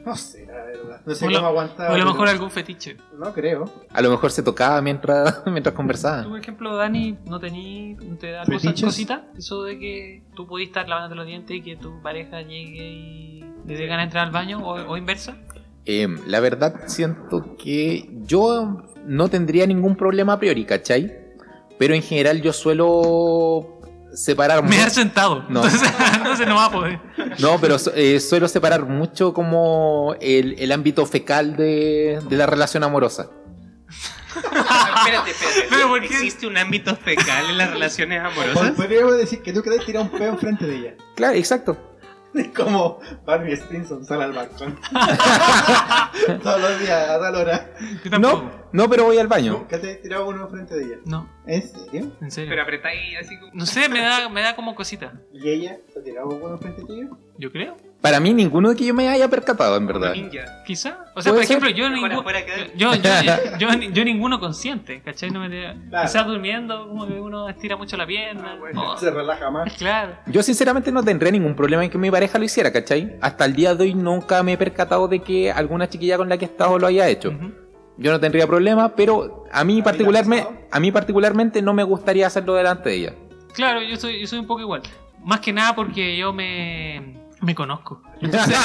B: No sé, la verdad. No sé
C: O lo-
B: cómo aguantaba.
C: o a lo
B: Ah, pero-
C: mejor algún fetiche.
B: No creo.
E: A lo mejor se tocaba mientras, mientras
C: Tú,
E: conversaban.
C: por ejemplo, Dani, ¿no tení, no te da cosas,
B: ¿Fetiches?
C: cosita? Eso de que tú pudiste estar lavándote los dientes y que tu pareja llegue y le dé ganas de entrar al baño o, o inversa.
E: Em, la verdad siento que yo no tendría ningún problema a priori, ¿cachai? Pero en general yo suelo separar
C: Me
E: mucho-
C: has sentado.
E: No.
C: Entonces, entonces no va a poder.
E: No, pero su- eh, suelo separar mucho como el, el ámbito fecal de, de la relación amorosa.
D: espérate, espérate.
C: Pero ¿por qué?
D: ¿Existe un ámbito fecal en las relaciones amorosas?
B: Podríamos Pues, decir que tú querés tirar un peo enfrente de ella.
E: Claro, exacto.
B: Es como Barbie Stinson sale al balcón. Todos los días, a tal hora.
C: Yo tampoco.
E: No, no, pero voy al baño.
B: Nunca te he tirado uno enfrente de ella.
C: No,
B: ¿En serio?
C: en serio.
D: Pero apretáis así como...
C: No sé, me da, me da como cosita.
B: ¿Y ella se ha tirado uno enfrente tuyo?
C: Yo creo.
E: Para mí ninguno de que yo me haya percatado, en verdad.
D: Ninja.
C: Quizá. O sea, por
E: Puede ser.
C: ejemplo, yo
D: Mejor
C: ningún-
D: afuera que adentro.
C: yo, yo, yo, yo- yo ninguno consciente, ¿cachai? No me
B: Claro.
C: Quizás durmiendo, como que uno estira mucho la pierna.
D: Ah, bueno.
C: Oh,
B: Se relaja más.
C: claro.
E: Yo sinceramente no tendría ningún problema en que mi pareja lo hiciera, ¿cachai? Hasta el día de hoy nunca me he percatado de que alguna chiquilla con la que he estado lo haya hecho.
C: Ujú.
E: Yo no tendría problema, pero a mí,
B: ¿A ti te ha
E: particularme,
B: pasado?
E: a mí particularmente no me gustaría hacerlo delante de ella.
C: Claro, yo soy, yo soy un poco igual. Más que nada porque yo me, me conozco. Entonces,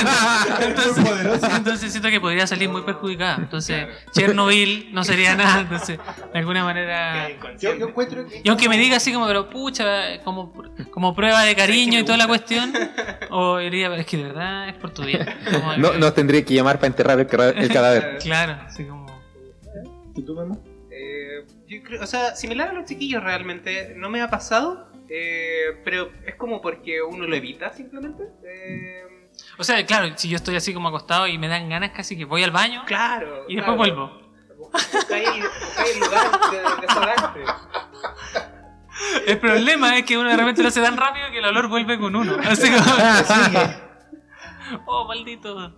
C: entonces- entonces siento que podría salir muy perjudicada. Entonces, Chernobyl no sería nada. Entonces, de alguna
B: Yo,
C: manera.
D: Queda
B: yo
D: inconsciente.
B: encuentro que.
C: Y aunque me diga así como, pero pucha, como, como prueba de cariño y toda la cuestión, o yo le diría, es que de verdad es por tu Ah, bien. Como
E: No,
C: que-
E: nos tendría que llamar para enterrar el, cara- el cadáver.
C: Claro, así como.
B: ¿Y tú, Memo?
D: Eh, yo creo- o sea, similar a los chiquillos realmente, no me ha pasado, eh, pero es como porque uno lo evita simplemente. Eh,
C: O sea, claro, si yo estoy así como acostado y me dan ganas casi que voy al baño
D: claro.
C: y después
D: claro.
C: vuelvo.
D: Buscáis buscáis el lugar de, de desahogarte.
C: El problema es que uno de repente lo hace tan rápido que el olor vuelve con uno. Así como, oh, maldito.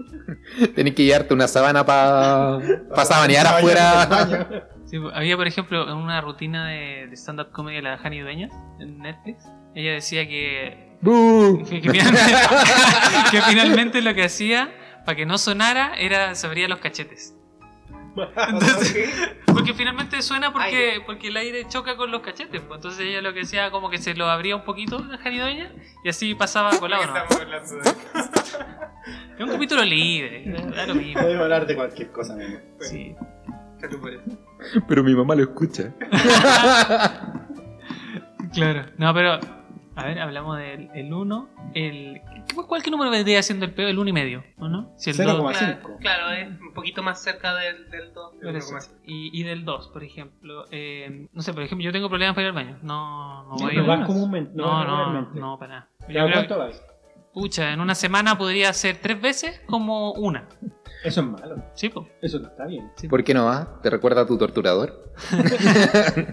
E: Tenés que llevarte una sábana para
C: Ah,
E: pa sabanear
B: Baño,
E: afuera.
B: baño.
C: pues, Sí, había, por ejemplo, una rutina de, de stand-up comedy de la Jani Dueñas en Netflix, Ella decía que,
E: ¡Bú!
C: que, que finalmente, que finalmente lo que hacía para que no sonara era se abría los cachetes. Entonces- Porque finalmente suena porque,
D: Aire.
C: porque el aire choca con los cachetes. pues. Entonces ella lo que hacía como que se lo abría un poquito la jaridoña y así pasaba colado. ¿no?
D: Estamos hablando de-
C: Es un capítulo libre, da lo mismo.
B: Podemos hablar de cualquier cosa, mi amor.
C: Sí.
D: Salud por eso.
E: Pero mi mamá lo escucha.
C: Claro. No, pero. A ver, hablamos del el 1. El, ¿cu- ¿Cuál qué número vendría siendo el peor? El 1 y medio, ¿o no? Si el
B: Cero
C: dos-
B: coma-
D: Claro,
B: cinco.
D: claro, es un poquito más cerca del, del 2.
C: por eso. Y, y del 2, por ejemplo. Eh, no sé, por ejemplo, yo tengo problemas para ir al baño. No, no voy a ir
B: No
C: al
B: vas
C: baño.
B: comúnmente.
C: No,
B: vas
C: no,
B: regularmente.
C: no, para nada. Yo
B: ¿Ya
C: creo
B: cuánto vas?
C: que, pucha, en una semana podría ser tres veces como una.
B: Eso es malo.
C: Sí, po.
B: Eso no está bien.
E: ¿Por qué no va? ¿Te recuerda a tu torturador?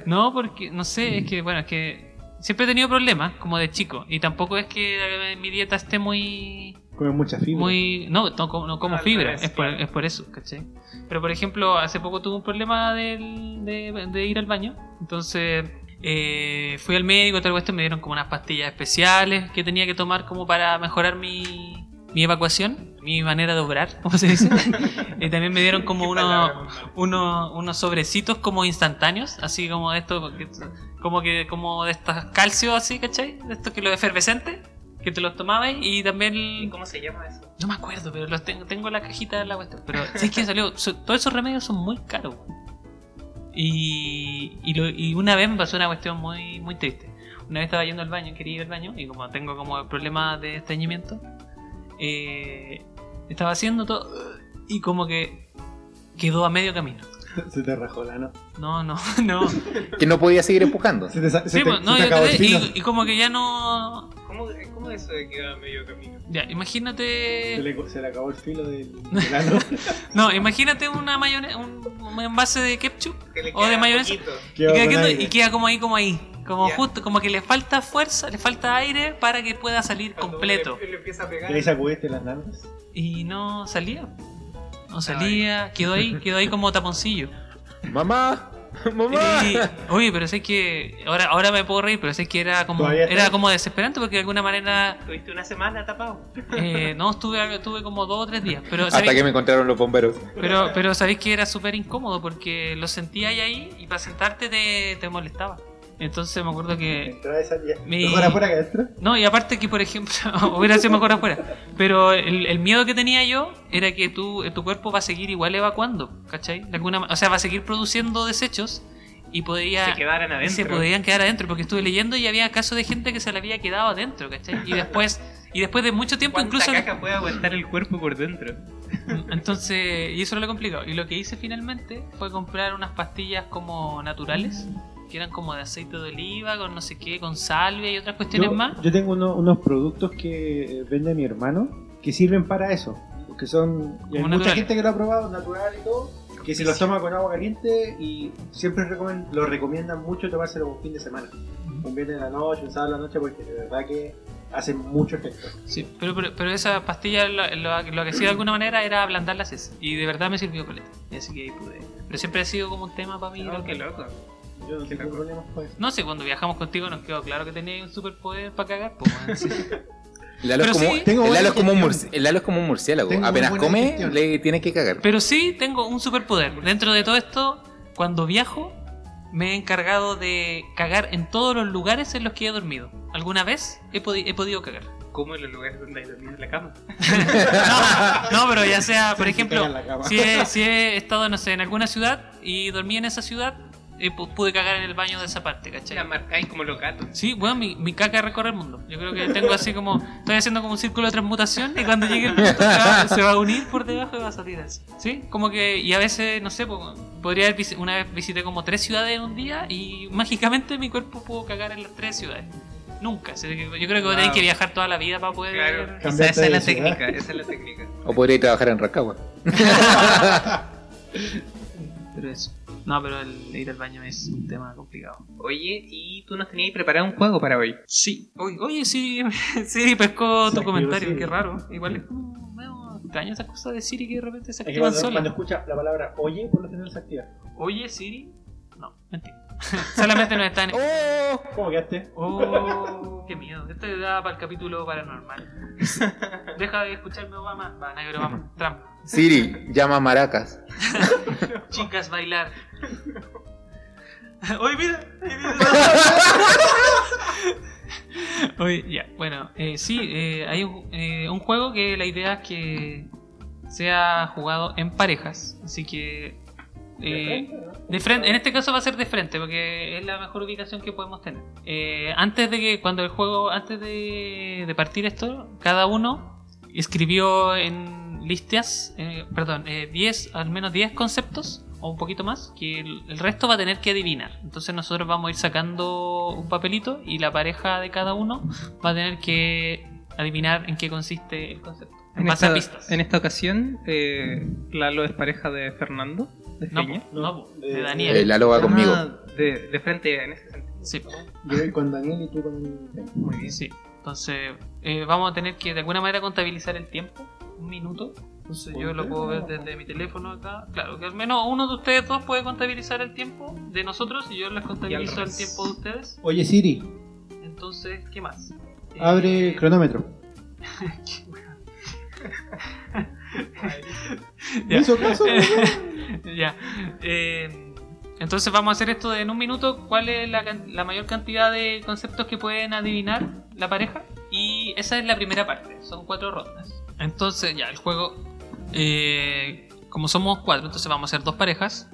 C: No, porque, no sé, es que, bueno, es que siempre he tenido problemas, como de chico. Y tampoco es que eh, mi dieta esté muy.
B: Comer mucha fibra.
C: muy no, no como, no como
D: Al
C: fibra,
D: revés,
C: es, por,
D: claro.
C: es por eso, ¿cachai? Pero por ejemplo, hace poco tuve un problema del- de, de ir al baño, entonces eh, fui al médico, tal cuestión, me dieron como unas pastillas especiales que tenía que tomar como para mejorar mi, mi evacuación, mi manera de obrar, como se dice. y también me dieron como unos, unos, unos sobrecitos como instantáneos, así como de esto, que- como que como de estos calcios así, ¿cachai? De estos que los efervescentes, que te los tomabas y también
D: ¿Cómo se llama eso?
C: no me acuerdo, pero los tengo, tengo la cajita de la cuestión. Pero sí que salió. so- todos esos remedios son muy caros. weón. Y, y, lo- y una vez me pasó una cuestión muy, muy triste. Una vez estaba yendo al baño, quería ir al baño, y como tengo como problemas de estreñimiento, eh, estaba haciendo todo y como que quedó a medio camino.
B: Se te rajó la no.
C: No, no, no. Sí,
E: Que no podía seguir empujando.
B: Se te, sa- se te-
C: pues,
B: se
C: no,
B: te
C: yo
B: acabó el
C: traté
B: filo.
C: y, y como que ya no.
D: ¿Cómo, eh, cómo eso de que va a medio camino?
C: Ya, imagínate.
B: Se le, se le acabó el filo del, del ano.
C: No, imagínate una mayonesa, un, un envase de ketchup
D: Que le
C: o de
D: queda
C: mayonesa.
D: poquito.
C: Y
B: Quedó
C: queda,
B: con
C: quieto
B: aire.
C: y queda como ahí, como ahí. Como
D: Ya.
C: justo, como que le falta fuerza, le falta aire para que pueda salir
D: Cuando
C: completo.
D: Le, le empieza a pegar.
B: ¿Y ahí sacudiste las nalgas?
C: Y no salía. No salía, quedó ahí, quedó ahí como taponcillo.
E: ¡Mamá! ¡Mamá!
C: Y, oye, pero sé que. Ahora, ahora me puedo reír, pero sé que era como.
B: Todavía está
C: Era
B: ahí.
C: como desesperante porque de alguna manera.
D: Tuviste una semana tapado.
C: eh, no, estuve, tuve como dos o tres días. Pero
E: Hasta
C: sabéis-
E: que me encontraron los bomberos.
C: pero, pero sabéis que era súper incómodo porque lo sentía ahí, ahí y para sentarte te, te molestaba. Entonces me acuerdo que
B: Entrada y salida.
C: eh, Mi-
B: Mejor afuera que adentro.
C: No, y aparte que, por ejemplo, hubiera sido mejor afuera. Pero el, el miedo que tenía yo era que tú, tu cuerpo va a seguir igual evacuando, ¿cachai? De alguna, ma- o sea, va a seguir produciendo desechos y podía...
D: Se quedaran
C: y
D: adentro.
C: se podían quedar adentro, porque estuve leyendo y había casos de gente que se le había quedado adentro, ¿cachai? Y después, y después de mucho tiempo
D: ¿Cuánta
C: incluso...
D: caca puede aguantar el cuerpo por dentro?
C: Entonces, y eso era lo complicado. Y lo que hice finalmente fue comprar unas pastillas como naturales, que eran como de aceite de oliva, con no sé qué, con salvia y otras cuestiones
B: yo,
C: más.
B: Yo tengo uno- unos productos que eh, vende mi hermano que sirven para eso. Que son. y hay
C: Como
B: mucha
C: naturales.
B: gente que lo ha probado, natural y todo. Que se los toma con agua caliente y siempre recomen- lo recomiendan mucho tomárselo un fin de semana. Un viernes en la noche, un sábado en la noche, porque de verdad que hacen mucho efecto.
C: Sí, pero, pero, pero esa pastilla lo, lo- lo que hacía de alguna manera era ablandar las heces. Y de verdad me sirvió caleta. Así que ahí pude. Pero siempre ha sido como un tema para mí.
D: No,
C: lo
D: qué
C: que-
D: loco.
B: Yo no
D: Qué
B: tengo
D: loco.
B: problemas con eso.
C: No sé, cuando viajamos contigo nos quedó claro que tenías un superpoder para cagar. po, weón. Sí.
E: Lalo es
C: Pero
E: como-
C: sí,
B: tengo
E: el, Lalo
B: buena
E: es como un
B: digestión.
E: murci- el Lalo es como un murciélago.
B: Tengo muy
E: Apenas
B: buena
E: come,
B: digestión.
E: le tiene que cagar.
C: Pero sí tengo un superpoder. Dentro de todo esto, cuando viajo, me he encargado de cagar en todos los lugares en los que he dormido. ¿Alguna vez he, podi- he podido cagar?
D: Como en los lugares donde hay dormido en la cama.
C: No, no, pero ya sea, Ah, por
B: Se
C: ejemplo,
B: caga en la cama.
C: si he, si he estado, no sé, en alguna ciudad y dormí en esa ciudad, eh, pu- pude cagar en el baño de esa parte,
D: La
C: ¿cachai?
D: marcáis como los gatos.
C: Sí, bueno, mi, mi caca recorre el mundo. Yo creo que tengo así como. Estoy haciendo como un círculo de transmutación y cuando llegue el punto se va, se va a unir por debajo y va a salir así. ¿Sí? Como que. Y a veces, no sé, po- podría haber. visi- Una vez visité como tres ciudades en un día y mágicamente mi cuerpo pudo cagar en las tres ciudades. Nunca. así que Yo creo que voy a tener
D: Wow.
C: que viajar toda la vida para poder.
D: Claro,
B: Cambiaste
D: esa, esa
B: de
D: es la
B: ciudad.
D: técnica, esa es la técnica.
E: O podría ir a trabajar en Rancagua.
C: Pero eso. No, pero el ir al baño es un tema complicado.
D: Oye, y tú nos tenías preparado un juego para hoy.
C: Sí. Oye, oye, sí, Siri pescó
B: Se
C: tu
B: activó
C: comentario,
B: Siri.
C: qué raro. Igual es como medio extraño esa cosa de Siri que de repente se
B: Es que
C: activan
B: cuando, cuando
C: sola.
B: escucha la palabra oye, por lo general se activa.
C: Oye, Siri. No, mentira. Solamente nos están.
E: ¡Oh!
B: ¿Cómo quedaste?
C: ¡Oh! ¡Qué miedo! Esto da para el capítulo paranormal. Deja de escucharme Obama. Va, negro, vamos. Trump.
E: Siri, llama a Maracas.
C: Chicas, bailar. Hoy mira. Hoy ya. Bueno, eh, sí, eh, hay un, eh, un juego que la idea es que sea jugado en parejas. Así que. eh, de frente, en este caso va a ser de frente, porque es la mejor ubicación que podemos tener. Eh, antes de que, cuando el juego, antes de, de partir esto, cada uno escribió en listas, eh, perdón, eh, 10, al menos 10 conceptos, o un poquito más, que el, el resto va a tener que adivinar. Entonces nosotros vamos a ir sacando un papelito y la pareja de cada uno va a tener que adivinar en qué consiste el concepto. En
D: En
C: base a
D: esta,
C: pistas.
D: en esta ocasión, eh, Lalo es pareja de Fernando, de
C: No,
D: Feña.
C: po, no, po, de
B: Eh,
C: Daniel.
E: Eh, Lalo va conmigo.
D: Ah, de, de frente, en este sentido.
C: Sí.
B: Yo voy con Daniel y tú con el...
D: Muy bien.
C: Sí, entonces eh, vamos a tener que de alguna manera contabilizar el tiempo, un minuto. Entonces yo lo puedo ver desde mi teléfono acá. Claro, que al menos uno de ustedes dos puede contabilizar el tiempo de nosotros y yo les contabilizo el
D: revés.
C: tiempo de ustedes.
B: Oye Siri,
C: Entonces, ¿qué más? Eh,
B: abre el cronómetro. ¿Me
C: Ya. Eh,
B: hizo caso?
C: ya. Eh, entonces vamos a hacer esto de en un minuto. ¿Cuál es la, can- la mayor cantidad de conceptos que pueden adivinar la pareja? Y esa es la primera parte. Son cuatro rondas. Entonces ya, el juego... eh, como somos cuatro, entonces vamos a hacer dos parejas.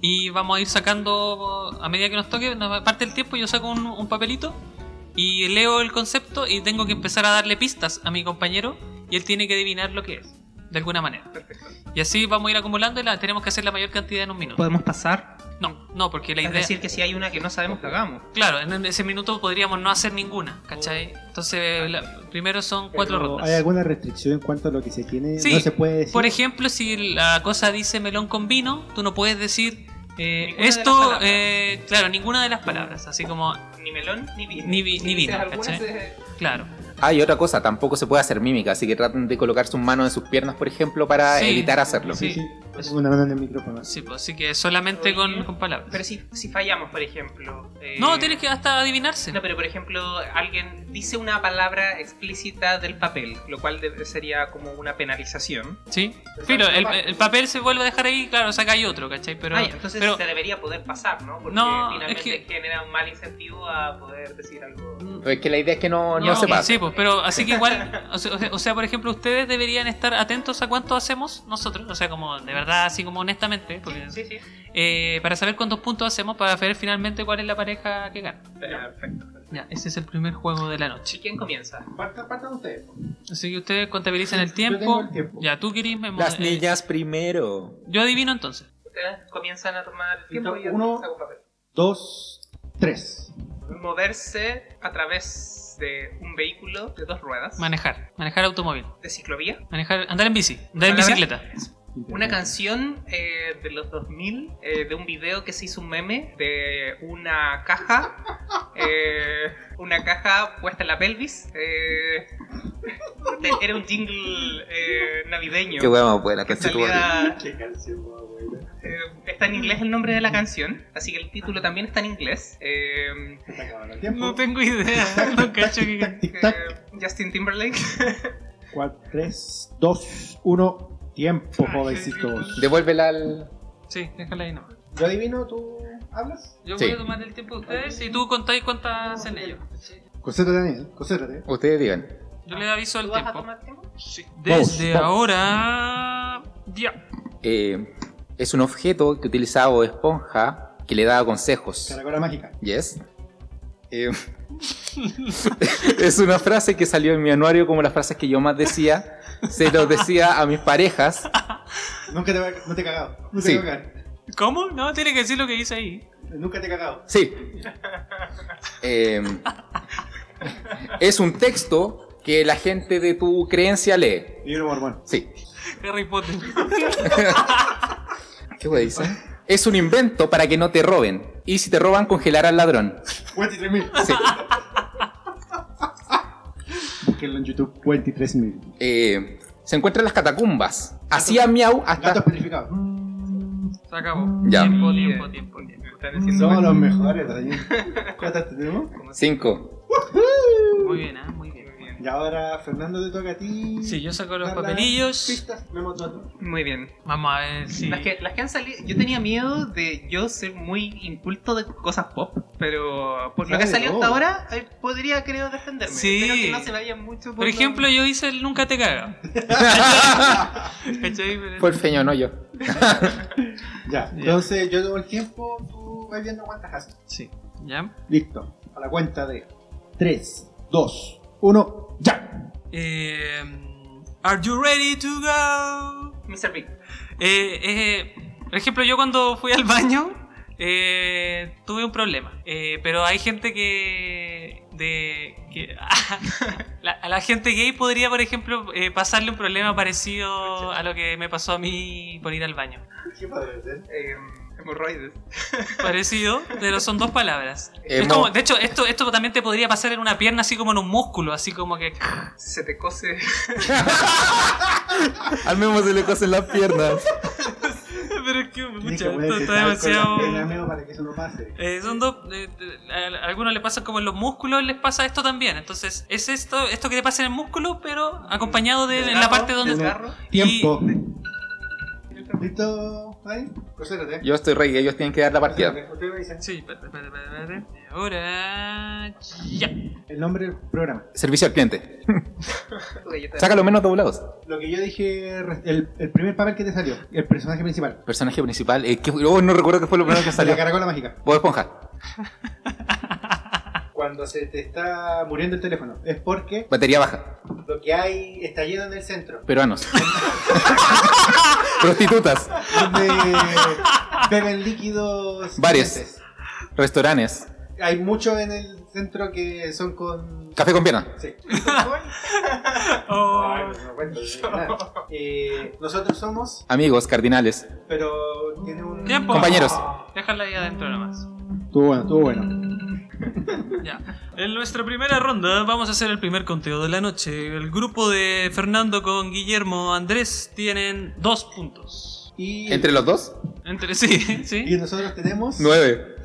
C: Y vamos a ir sacando, a medida que nos toque, nos parte el tiempo, yo saco un, un papelito y leo el concepto y tengo que empezar a darle pistas a mi compañero y él tiene que adivinar lo que es, de alguna manera. Y así vamos a ir acumulando y la, tenemos que hacer la mayor cantidad en un minuto.
D: Podemos pasar.
C: No, no, porque la
D: Es
C: idea.
D: decir, que si hay una que no sabemos, la hagamos.
C: Claro, en ese minuto podríamos no hacer ninguna, ¿cachai? Entonces, la- primero son cuatro
B: Pero,
C: rondas.
B: ¿Hay alguna restricción en cuanto a lo que se tiene?
C: Sí,
B: no se puede decir.
C: Por ejemplo, si la cosa dice melón con vino, tú no puedes decir eh,
D: Ninguna de las
C: esto,
D: palabras.
C: eh, claro, ninguna de las palabras, así como,
D: Ni melón, ni vino.
C: Ni vi- ni
D: Si
C: vino,
D: dices alguna,
C: ¿cachai?
D: se-
C: claro.
E: Ah, y otra cosa, tampoco se puede hacer mímica, así que traten de colocar sus manos en sus piernas, por ejemplo, para
C: Sí.
E: evitar hacerlo.
C: Sí.
B: Sí, sí. Pongo Una mano en el micrófono.
C: Sí, pues, así que solamente
D: Oye,
C: con, con palabras.
D: Pero si, si fallamos, por ejemplo. eh,
C: No, tienes que hasta adivinarse.
D: No, pero por ejemplo, alguien dice una palabra explícita del papel, lo cual de- sería como una penalización.
C: Sí, pero el, el papel se vuelve a dejar ahí, claro, saca ahí otro, ¿cachai? Pero,
D: Ah, ya, entonces
C: pero
D: se debería poder pasar, ¿no? Porque
C: No,
D: finalmente
C: es que- Mm.
D: genera un mal incentivo a poder decir algo.
E: Pero es que la idea es que no, no,
C: No,
E: se
C: ok,
E: pase.
C: Sí, pues, pero así que igual, o sea, o sea- o sea, por ejemplo, ustedes deberían estar atentos a cuánto hacemos nosotros, o sea, como de verdad, así como honestamente, porque-
D: Sí, sí.
C: eh, para saber cuántos puntos hacemos para ver finalmente cuál es la pareja que gana.
D: Perfecto.
C: Ya, ese es el primer juego de la
D: ¿Y
C: noche.
D: quién comienza?
B: Partan, partan ustedes.
C: Así que ustedes contabilizan el
B: Yo
C: tiempo.
B: tengo el tiempo.
C: Ya, tú querís me-
E: Las
C: eh,
E: niñas primero.
C: Yo adivino entonces.
D: Ustedes comienzan a tomar tiempo y yo
B: Uno.
D: saco un papel.
B: Dos, tres.
D: Moverse a través de un vehículo de dos ruedas,
C: Manejar, manejar automóvil,
D: de ciclovía.
C: manejar, andar en bici, andar en
D: ¿Palabra?
C: bicicleta.
D: Una canción eh, de los 2000, eh, de un video que se hizo un meme de una caja, eh, una caja puesta en la pelvis. eh, te- era un jingle eh, navideño.
E: Qué huevo, pues, la
D: que
E: canción
D: salía-
B: Qué canción, más buena.
D: eh, está en inglés el nombre de la canción, así que el título también está en inglés. Eh,
B: Se te acabaron el tiempo.
C: No tengo idea, no cacho
B: Tic
C: que...
B: tac, tic
D: eh,
B: tac.
D: Justin Timberlake.
B: Cuatro, tres, dos, uno. Tiempo, jovencitos.
E: Devuélvela al.
C: Sí, déjala ahí nomás.
B: Yo adivino, tú hablas.
C: Yo
E: Sí.
C: voy a tomar el tiempo de ustedes y tú contáis cuántas en ello.
B: Concéntrate, Daniel. Concéntrate.
E: Ustedes digan.
C: Yo le aviso el
D: ¿Tú vas a
C: tiempo.
D: tomar tiempo?
C: Sí.
B: Vamos,
C: Desde
B: vamos.
C: ahora. Ya.
E: Eh, es un objeto que utilizaba Bob Esponja que le daba consejos.
B: Caracola mágica.
E: Yes. Eh, es una frase que salió en mi anuario como las frases que yo más decía. Se los decía a mis parejas.
B: Nunca te, va- no te he cagado. No te
E: Sí.
B: he cagado.
C: ¿Cómo? No, tiene que decir lo que dice ahí.
B: Nunca te he cagado.
E: Sí. Eh, es un texto que la gente de tu creencia lee.
B: Libro mormón.
E: Sí.
C: Harry Potter.
E: ¿Qué hueá dice? Es un invento para que no te roben. Y si te roban, congelar al ladrón.
B: 23.000.
E: Sí.
B: Búsquenlo en YouTube. 23.000.
E: Eh, se encuentra en las catacumbas. Hacía miau hasta.
B: Mm. Gatos petrificados.
C: Se acabó.
E: Ya.
C: Tiempo, tiempo, tiempo, tiempo.
D: Están haciendo
B: Somos
D: mal.
B: los mejores, Daniel. ¿Cuántas tenemos?
D: Como si-
E: Cinco.
C: Muy bien, ah, muy bien.
D: Muy bien.
B: Y ahora, Fernando, te toca a ti.
C: Sí, yo saco los
B: Dar las
C: papelillos.
B: Pistas, me mostró.
D: Muy bien.
C: Vamos a ver si.
D: Las, que, las que han salido, yo tenía miedo de yo ser muy inculto de cosas pop, pero por lo que ha
B: Claro.
D: salido hasta ahora, eh, podría, creo, defenderme.
C: Sí.
D: Espero que no se vaya mucho
C: Por
D: lo-
C: ejemplo, yo hice el Nunca te caga. ¿Cachai? Pero-
E: Fue el feño, no yo.
B: Ya, entonces yo tomo el tiempo, tú vas viendo cuántas haces.
C: Sí. ¿Ya?
B: Listo. A la cuenta de 3, 2, 1, ya.
C: Eh, Are you ready to go?
D: Mr. Big.
C: Eh, eh, por ejemplo, yo cuando fui al baño eh, tuve un problema. Eh, pero hay gente que. De, que- la- a la gente gay podría, por ejemplo, eh, pasarle un problema parecido a lo que me pasó a mí por ir al baño.
B: ¿Qué padre ser?
D: Eh, hemorroides.
C: Parecido, pero son dos palabras. Es
E: Hemo-
C: como, de hecho, esto, esto también te podría pasar en una pierna, así como en un músculo, así como que.
D: Se te cose.
E: Al mismo se le cosen las piernas.
C: pero es que,
B: Tienes
C: pucha,
B: que
C: esto
B: ponerse
C: está
B: talco en
C: demasiado.
B: las piernas, amigo, para que eso no pase.
C: Eh, son dos. eh, eh, a a algunos le pasa como en los músculos, les pasa esto también. Entonces, es esto, esto que te pasa en el músculo, pero acompañado de en la parte donde.
B: del
D: carro.
C: y-
B: Tiempo. ¿Listo, Dani? Procédate.
E: Yo estoy rey, ellos tienen que dar la partida.
B: Procédate. Usted me dice
C: Sí, espérate, espérate, espérate, espérate. Y Ahora. Ya.
B: el nombre del programa.
E: Servicio al cliente. Sácalo menos doblados.
B: Lo que yo dije, re- el, el primer papel que te salió, el personaje principal.
E: Personaje principal. Eh, ¿qué fue? Oh, no recuerdo qué fue lo primero que salió.
B: La caracola mágica.
E: Bob Esponja.
B: Cuando se te está muriendo el teléfono, es porque
E: Batería baja.
B: lo que hay está lleno en el centro.
E: Peruanos. Prostitutas.
B: Donde beben líquidos.
E: Bares.
B: calientes.
E: Restaurantes.
B: Hay muchos en el centro que son con.
E: Café con pierna.
B: Sí.
C: Oh.
B: Ay, pues, no cuento, no, nada. Eh, nosotros somos,
E: Amigos, cardinales.
B: pero tiene un. Ah.
C: Tiempo.
E: Compañeros.
C: Déjala ahí adentro nomás.
B: Estuvo bueno, estuvo bueno.
C: Ya. En nuestra primera ronda vamos a hacer el primer conteo de la noche. El grupo de Fernando con Guillermo Andrés tienen dos puntos.
B: Y,
E: ¿Entre los dos?
C: Entre sí,
B: y
C: sí.
B: nosotros tenemos.
E: Nueve.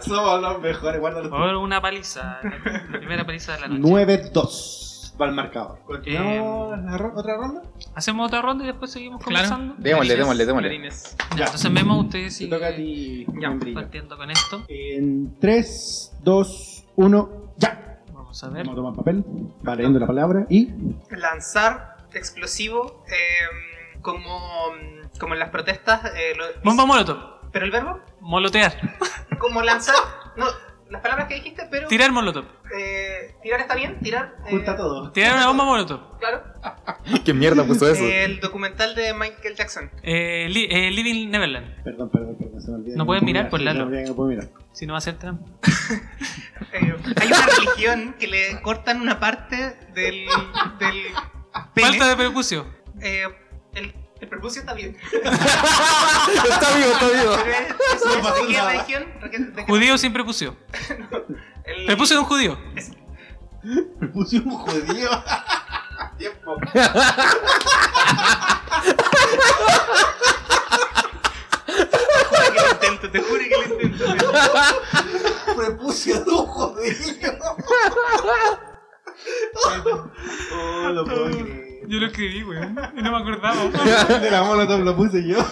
B: Somos los mejores, guárdalo.
C: Por una paliza. La primera paliza de la noche.
B: 9-2 va el marcador. ¿Continuamos la ro- otra ronda?
C: Hacemos otra ronda y después seguimos
D: Claro.
C: conversando.
E: Démosle, démosle, démosle.
D: Clarines.
C: Ya,
B: Ya.
C: Entonces Memo, ustedes
B: Se
C: sigue
B: toca a ti,
D: Ya,
B: membrillo.
C: partiendo con esto.
B: En 3, 2, 1, ya.
C: Vamos a ver.
B: Vamos a tomar papel, va leyendo la palabra y.
D: Lanzar explosivo eh, como, como en las protestas. eh, lo-
C: Bomba molotov.
D: ¿Pero el verbo?
C: Molotear.
D: Como lanzar. No, las palabras que dijiste, pero.
C: Tirar molotov.
D: eh, tirar está bien, tirar. eh,
B: Junta todo.
C: Tirar una bomba molotov.
D: Claro.
E: ¿Qué mierda puso eso?
D: El documental de Michael Jackson.
C: Eh, li- eh, Living Neverland.
B: Perdón, perdón, perdón, se me olvidó.
C: No puedes mirar, pues,
B: Se me
C: Lalo.
B: olvidó que No puedo mirar.
C: Si no va a ser trampa.
D: Eh, hay una religión que le cortan una parte del. del pene.
C: Falta de percusión.
D: Eh, el, el prepucio está bien.
E: está vivo, está vivo.
D: Pero es- es-
B: No
D: es-
B: pasó
D: ¿De qué
B: nada.
D: religión? ¿De qué- de qué-
C: Judío sin prepucio.
D: el-
C: Prepucio de un judío.
B: Me puse un judío. Tiempo.
D: Te juro que lo intento, te juro que lo intento.
B: Me puse un judío. oh, lo puedo creer.
C: Yo lo escribí, weón. Y no me acordaba.
B: De la molotov lo puse yo. Oh.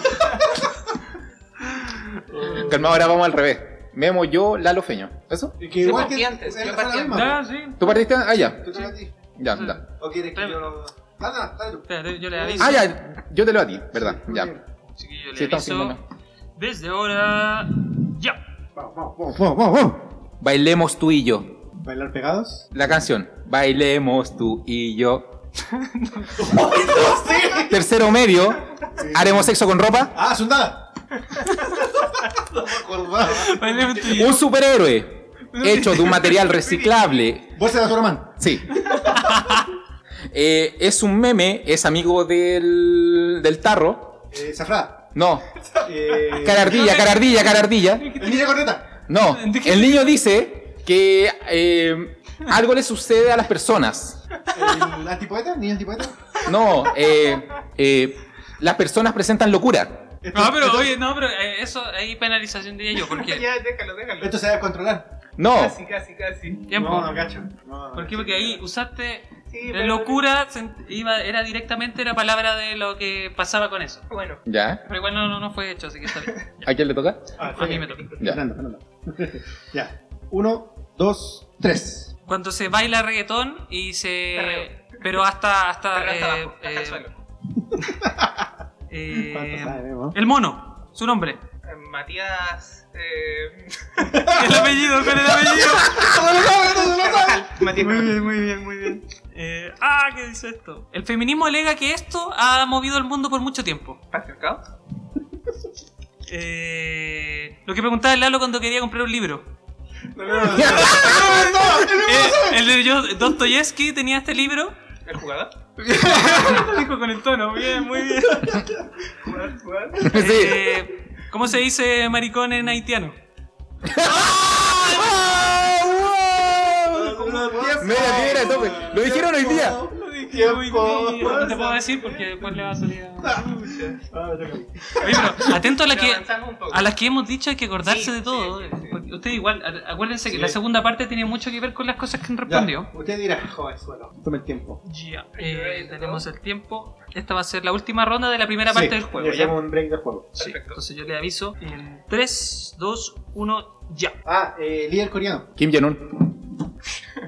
E: Calma, ahora vamos al revés. Memo, yo, Lalo, Feño. ¿Eso?
B: Y que igual
D: partí
B: que
D: antes,
B: era
D: yo
B: la
D: partí
B: misma.
C: Ya, sí.
E: ¿Tú partiste? Ah, ya.
B: Te toca a ti.
E: Ya, ya.
B: ¿O quieres que
C: Espérame.
B: yo.? Dale, dale.
C: Espérate, yo le aviso.
E: Ah, ya. Yo te lo a ti, ¿verdad? Ya.
C: Chiquillo, le
E: Sí, estamos
C: aviso.
E: haciendo
C: Desde ahora. Ya.
B: Vamos, vamos, vamos, vamos, vamos.
E: Bailemos tú y yo.
B: ¿Bailar pegados?
E: La canción. Bailemos tú y yo. Tercero medio. Haremos sexo con ropa.
B: ¡Ah, sundada! no me acordaba.
C: Bailemos tú y yo.
E: Un superhéroe hecho de un material reciclable.
B: Bolsa de Azoromán.
E: Sí. Eh, es un meme, es amigo del, del tarro.
B: Eh, Zafrada.
E: No,
B: Eh,
E: carardilla, carardilla, carardilla.
B: el niño corneta.
E: No, el niño dice que eh, algo le sucede a las personas.
B: El antipoeta, niño antipoeta.
E: No, eh, eh, las personas presentan locura.
D: Ah,
C: No, Ah, pero oye, no, pero eh, eso ahí penalización diría yo, porque
D: ya, déjalo, déjalo.
B: Esto se debe controlar.
E: No,
D: Casi, casi, casi.
C: tiempo.
B: No, no, cacho. No, no,
C: ¿Por qué?
B: cacho.
C: Porque ahí usaste
D: Sí,
C: de
D: pero-
C: locura, se ent- iba, era directamente la palabra de lo que pasaba con eso.
D: Bueno,
E: ya.
C: Pero igual no, no, no fue hecho, así que está bien.
E: ¿A quién le toca?
B: Ah,
C: A mí me toca.
E: Ya.
B: Fernando, Fernando. ya. Uno, dos, tres.
C: Cuando se baila reggaetón y se...
D: Perreo.
C: Pero hasta... hasta,
D: pero hasta
C: eh,
D: abajo, hasta el
C: eh,
D: suelo.
C: eh,
B: ¿Cuánto sabemos?
C: el mono, su nombre.
D: Eh, Matías. Eh...
C: El apellido, con el apellido.
D: Carvajal. Matías
C: Muy
D: Carvajal.
C: bien, muy bien, muy bien. Eh, ah, ¿qué dice esto? El feminismo alega que esto ha movido el mundo por mucho tiempo.
D: Patriarcado.
C: Eh, lo que preguntaba el Lalo cuando quería comprar un libro.
B: No, no, no, no.
C: Eh, el de yo, Dostoyevsky tenía este libro.
D: El jugador.
C: Dijo con el tono, bien, muy bien.
D: Jugador, jugador.
E: Sí.
C: Eh, ¿Cómo se dice maricón en haitiano?
E: ¡Ah, wow! Mira, mira, tope. Lo dijeron hoy día.
B: Lo
C: Uy, uy, uy, no te puedo decir porque después le va a salir. a-
B: Ah, me toca a mí.
C: Oye, pero atento a la
D: Pero
C: que.
D: avanzamos un poco.
C: A las que hemos dicho hay que acordarse
D: Sí,
C: de todo.
D: sí,
C: eh,
D: sí, sí.
C: porque Usted igual, a- acuérdense que
B: Sí.
C: la segunda parte tiene mucho que ver con las cosas que han
B: Ya,
C: respondido.
B: Usted dirá, joder, suelo. Tome el tiempo.
C: Eh, tenemos el tiempo. Esta va a ser la última ronda de la primera parte
B: Sí,
C: del juego.
B: y
C: ¿ya?
B: hacemos un break del juego.
C: Sí,
D: Perfecto.
C: entonces yo le aviso en 3, 2, 1, ya.
B: Ah, eh, líder coreano.
E: Kim Jong-un.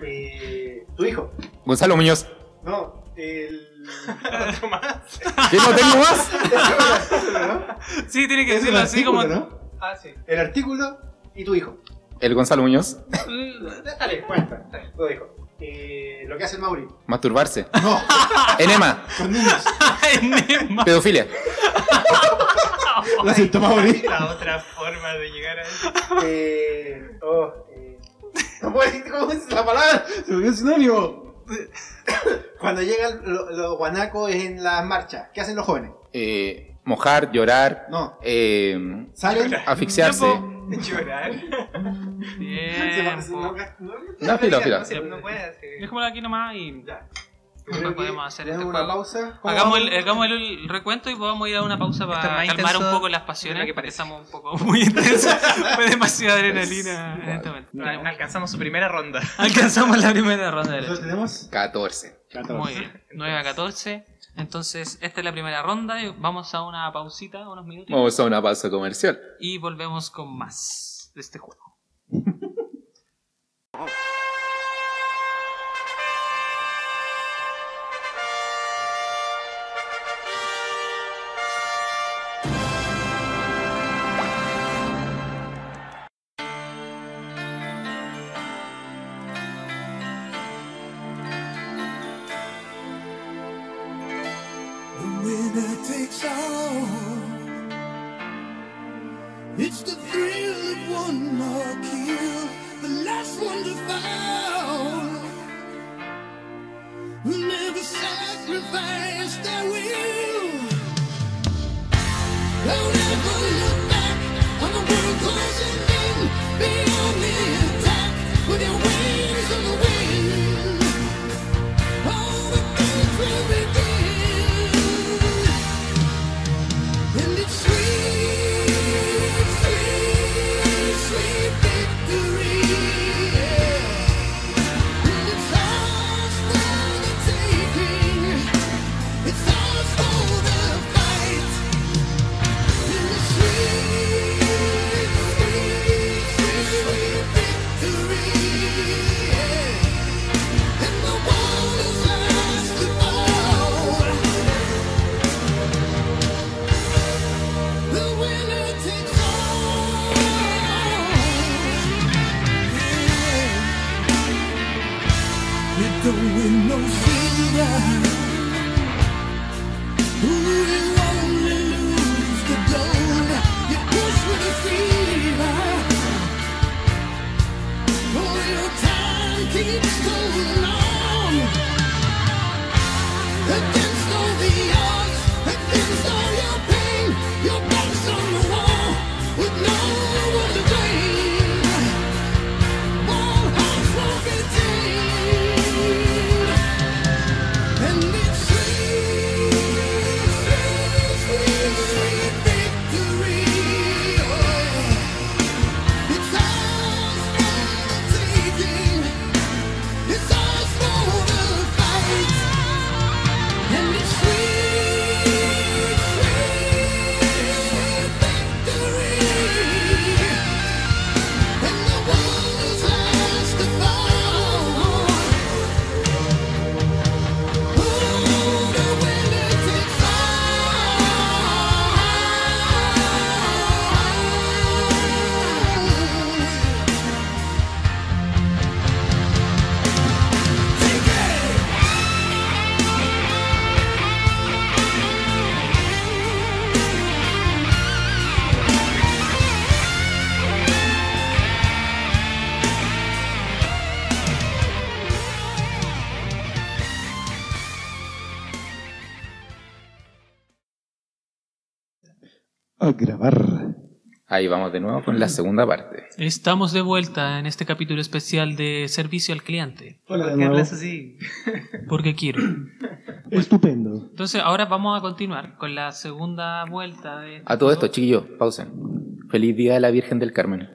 B: Eh, tu hijo.
E: Gonzalo Muñoz.
B: No, el.
D: Otro más.
E: ¿Qué no tengo más?
B: ¿no?
C: Sí, tiene que
B: Es el
C: decirlo así como.
B: artículo, ¿no?
D: Ah, sí.
B: El artículo y tu hijo.
E: El Gonzalo Muñoz.
B: Dale, cuenta. Tu hijo. Eh, lo que hace el Mauri.
E: Masturbarse.
B: No,
E: Enema.
B: con niños.
C: Enema.
E: Pedofilia.
B: Lo siento, Mauri.
D: La otra forma de llegar a eso.
B: Eh, oh, eh, no puedo decir cómo es la palabra. Se me olvidó el sinónimo. Cuando llegan lo- los guanacos en las marchas, ¿qué hacen los jóvenes?
E: Eh, mojar, llorar.
B: No,
E: eh,
B: salen.
E: asfixiarse.
D: Llorar.
C: Bien.
B: se- no, no, no,
E: No, filo, filo.
D: No, se- no puede hacer.
C: Dejémosla aquí nomás y.
B: Ya.
C: Creo que podemos hacer
B: tenemos
C: este
B: una
C: juego.
B: pausa. ¿Cómo
C: Hagamos el,
B: vamos?
C: hagamos el, el recuento y vamos a ir a una pausa para
D: Esto es más
C: calmar un
D: intenso
C: poco las
D: de lo
C: pasiones,
D: que
C: que
D: parece.
C: estamos un poco muy intensos. Fue demasiada adrenalina en este momento.
D: No, alcanzamos su primera ronda.
C: Alcanzamos la primera ronda de
B: Nosotros
C: leche.
B: tenemos
E: 14.
C: Muy bien, 9 a 14. Entonces, esta es la primera ronda. y Vamos a una pausita, unos minutos.
E: Vamos a una pausa
B: Oh.
E: comercial.
C: Y volvemos con más de este juego.
F: The winner takes all. It's the thrill of one more kill, the last one to fall. Who never sacrificed their will. Don't ever look back on the world closing in. Be on the attack with your wings on the wind. All the things will begin. And it's sweet, sweet, sweet victory. And it's ours for the taking. It's ours for the fight. And it's sweet, sweet, sweet, sweet victory. And the world is ours to own. The winner takes all. We don't win no silver. We only lose the gold. You push with the fever. For your time keeps going on Against all the odds, against all your pain Your back's on the wall with no one to blame All hearts will be tamed And
B: a grabar.
E: Ahí vamos de nuevo con la segunda parte.
C: Estamos de vuelta en este capítulo especial de servicio al cliente.
B: Hola de
D: ¿Qué
B: nuevo.
D: hablas así?
C: Porque quiero.
B: Estupendo.
C: Entonces, ahora vamos a continuar con la segunda vuelta de.
E: A todo esto, chiquillos, pausen. Feliz día de la Virgen del Carmen.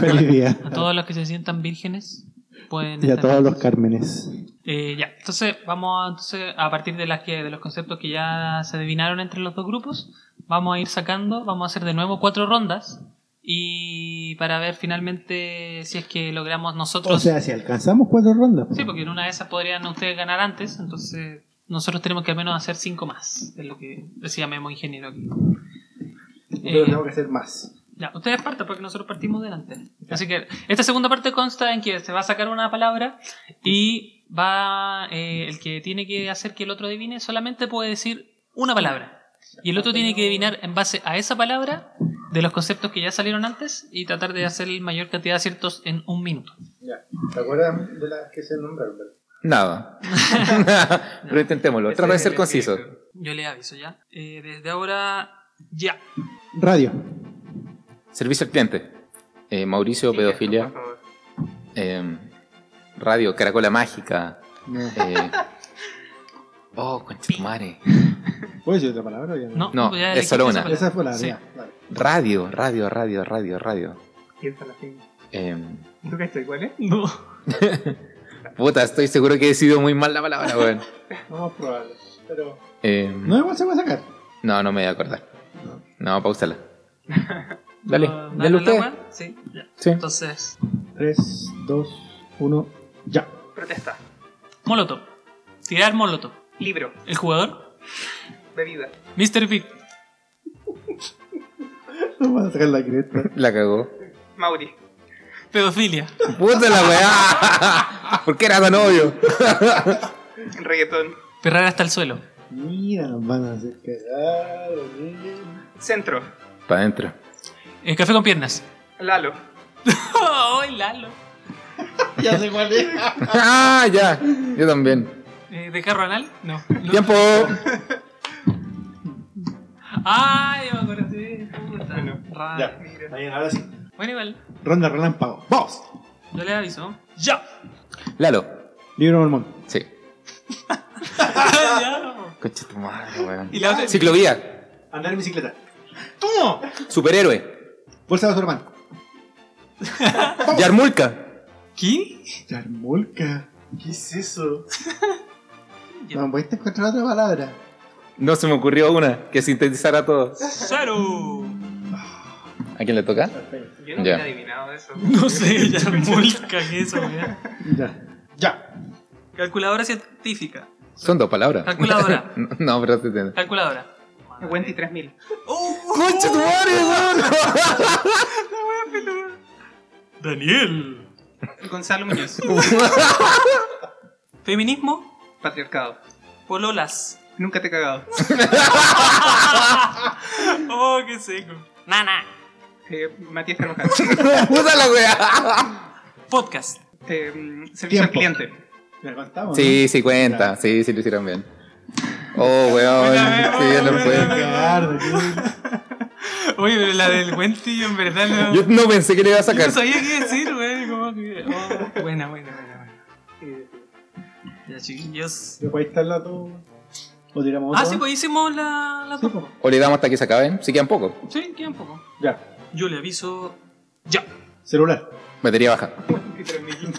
B: Feliz día.
C: A todos los que se sientan vírgenes pueden.
B: Y a
C: estar-
B: todos los cármenes.
C: Eh, ya, entonces vamos a, entonces, a partir de, las que, de los conceptos que ya se adivinaron entre los dos grupos, vamos a ir sacando, vamos a hacer de nuevo cuatro rondas y para ver finalmente si es que logramos nosotros...
B: O sea, si alcanzamos cuatro rondas. pues,
C: sí, pues, porque en una de esas podrían ustedes ganar antes, entonces nosotros tenemos que al menos hacer cinco más, es lo que decía Memo Ingeniero aquí.
B: Pero
C: Eh,
B: tengo que hacer más.
C: ya, ustedes partan porque nosotros partimos delante. Así que esta segunda parte consta en que se va a sacar una palabra y va eh, el que tiene que hacer que el otro adivine solamente puede decir una palabra. Y el otro tiene que adivinar en base a esa palabra de los conceptos que ya salieron antes y tratar de hacer la mayor cantidad de aciertos en un minuto.
B: Ya. ¿Te acuerdas de las que se nombraron?
E: Nada. Pero intentémoslo.
D: Ese
E: Trata de
D: es
E: ser
D: el
E: conciso.
D: espíritu.
C: Yo le aviso ya. Eh, desde ahora, ya.
B: Radio.
E: Servicio al cliente. Eh, Mauricio,
D: Sí,
E: pedofilia.
D: por favor.
E: eh, radio, caracola mágica.
B: No.
E: eh, oh, conchetumare.
B: ¿Puedo decir otra palabra? o ya
C: No,
E: No,
C: ya
E: es
C: elegiste
E: solo
C: esa
E: una.
C: palabra.
B: Esa fue la
C: Sí.
B: ya, vale.
E: Radio, radio, radio, radio, radio.
D: Piensa la fin.
E: Eh,
D: ¿Tú qué estoy? ¿Cuál es?
C: No.
E: puta, estoy seguro que he decidido muy mal la palabra, weón.
B: Vamos a probarlo. Pero.
E: Eh,
B: No igual se va a sacar.
E: no, no me voy a acordar. No, pausala. Dale,
C: Ah,
E: dale
C: ¿dalo la
E: usted.
C: wea? Sí, ya.
E: Sí.
C: Entonces,
B: 3, 2, 1, ya.
D: Protesta.
C: Molotov. Tirar Molotov.
D: Libro.
C: El jugador
D: Bebida.
C: Mr. Beat,
B: No vas a sacar la cresta.
E: La cagó.
D: Mauri.
C: pedofilia,
E: Puta la weá. ¿Por qué era tan obvio?
D: Reggaetón.
C: perrar hasta el suelo,
B: Mira, nos van a hacer Ah, cagar, niños.
D: Centro.
E: Para adentro.
C: eh, café con piernas.
D: Lalo.
C: ¡Ay, Lalo!
B: Ya sé cuál es.
E: Ah, ya. Yo también.
C: Eh, ¿De carro anal? No. no.
E: Tiempo.
C: ¡Ay, yo Ah, me acordé! Puta,
D: Bueno,
C: raro.
B: ya.
D: Mira.
B: Está bien, ahora sí.
C: Bueno, igual,
B: Ronda relámpago. ¡Vos!
C: yo le aviso. ¡Ya!
E: Lalo.
B: Libro mormón.
E: Sí.
C: Ya.
E: Concha tu madre, weón.
C: Y la otra-
E: Ciclovía.
B: Andar en bicicleta.
E: Superhéroe.
B: Bolsa de su hermano.
E: Yarmulka.
C: ¿Qué?
B: Charmolca. ¿Qué es eso?
C: Ya.
B: No, pues te encontrar otra palabra.
E: No se me ocurrió una que sintetizara todo.
C: ¡Saru!
E: ¿A quién le toca?
D: Yo no
E: Ya.
D: hubiera adivinado eso.
C: No sé, ya mulca que eso, weá.
B: Ya. Ya.
C: Calculadora científica.
E: Son dos palabras.
C: Calculadora.
E: no, pero se entiende.
C: Calculadora.
D: Wendy 3000.
E: ¡Concha tu madre,
C: Daniel.
D: Gonzalo Muñoz.
C: Feminismo,
D: Patriarcado.
C: pololas.
D: Nunca te he cagado.
C: Oh, qué seco. Nana.
D: Eh, Matías Carvajal.
E: ¡Puta la weá!
C: Podcast.
D: Eh, servicio al
B: Tiempo.
D: cliente.
B: ¿La contamos?
E: Sí, sí cuenta. Sí, sí lo hicieron bien. Oh, weón. Sí, ya no
B: Pueden
E: fue.
B: cagar, Daniel.
C: Oye, pero la del Wenty en verdad no.
E: Yo no pensé que le iba a
C: Yo
E: sacar.
C: no sabía qué decir, güey. Como que. oh, buena, buena, buena,
D: Eh,
C: buena. Ya, chiquillos.
B: Después está la dos. O tiramos otra.
C: Ah, sí, pues hicimos la. la
B: Sí, pues.
E: O le damos hasta que se acaben. Si quedan poco.
C: Sí, queda un poco.
B: Ya.
C: Yo le aviso. Ya.
B: Celular.
E: Batería baja.
D: Wendy 3000.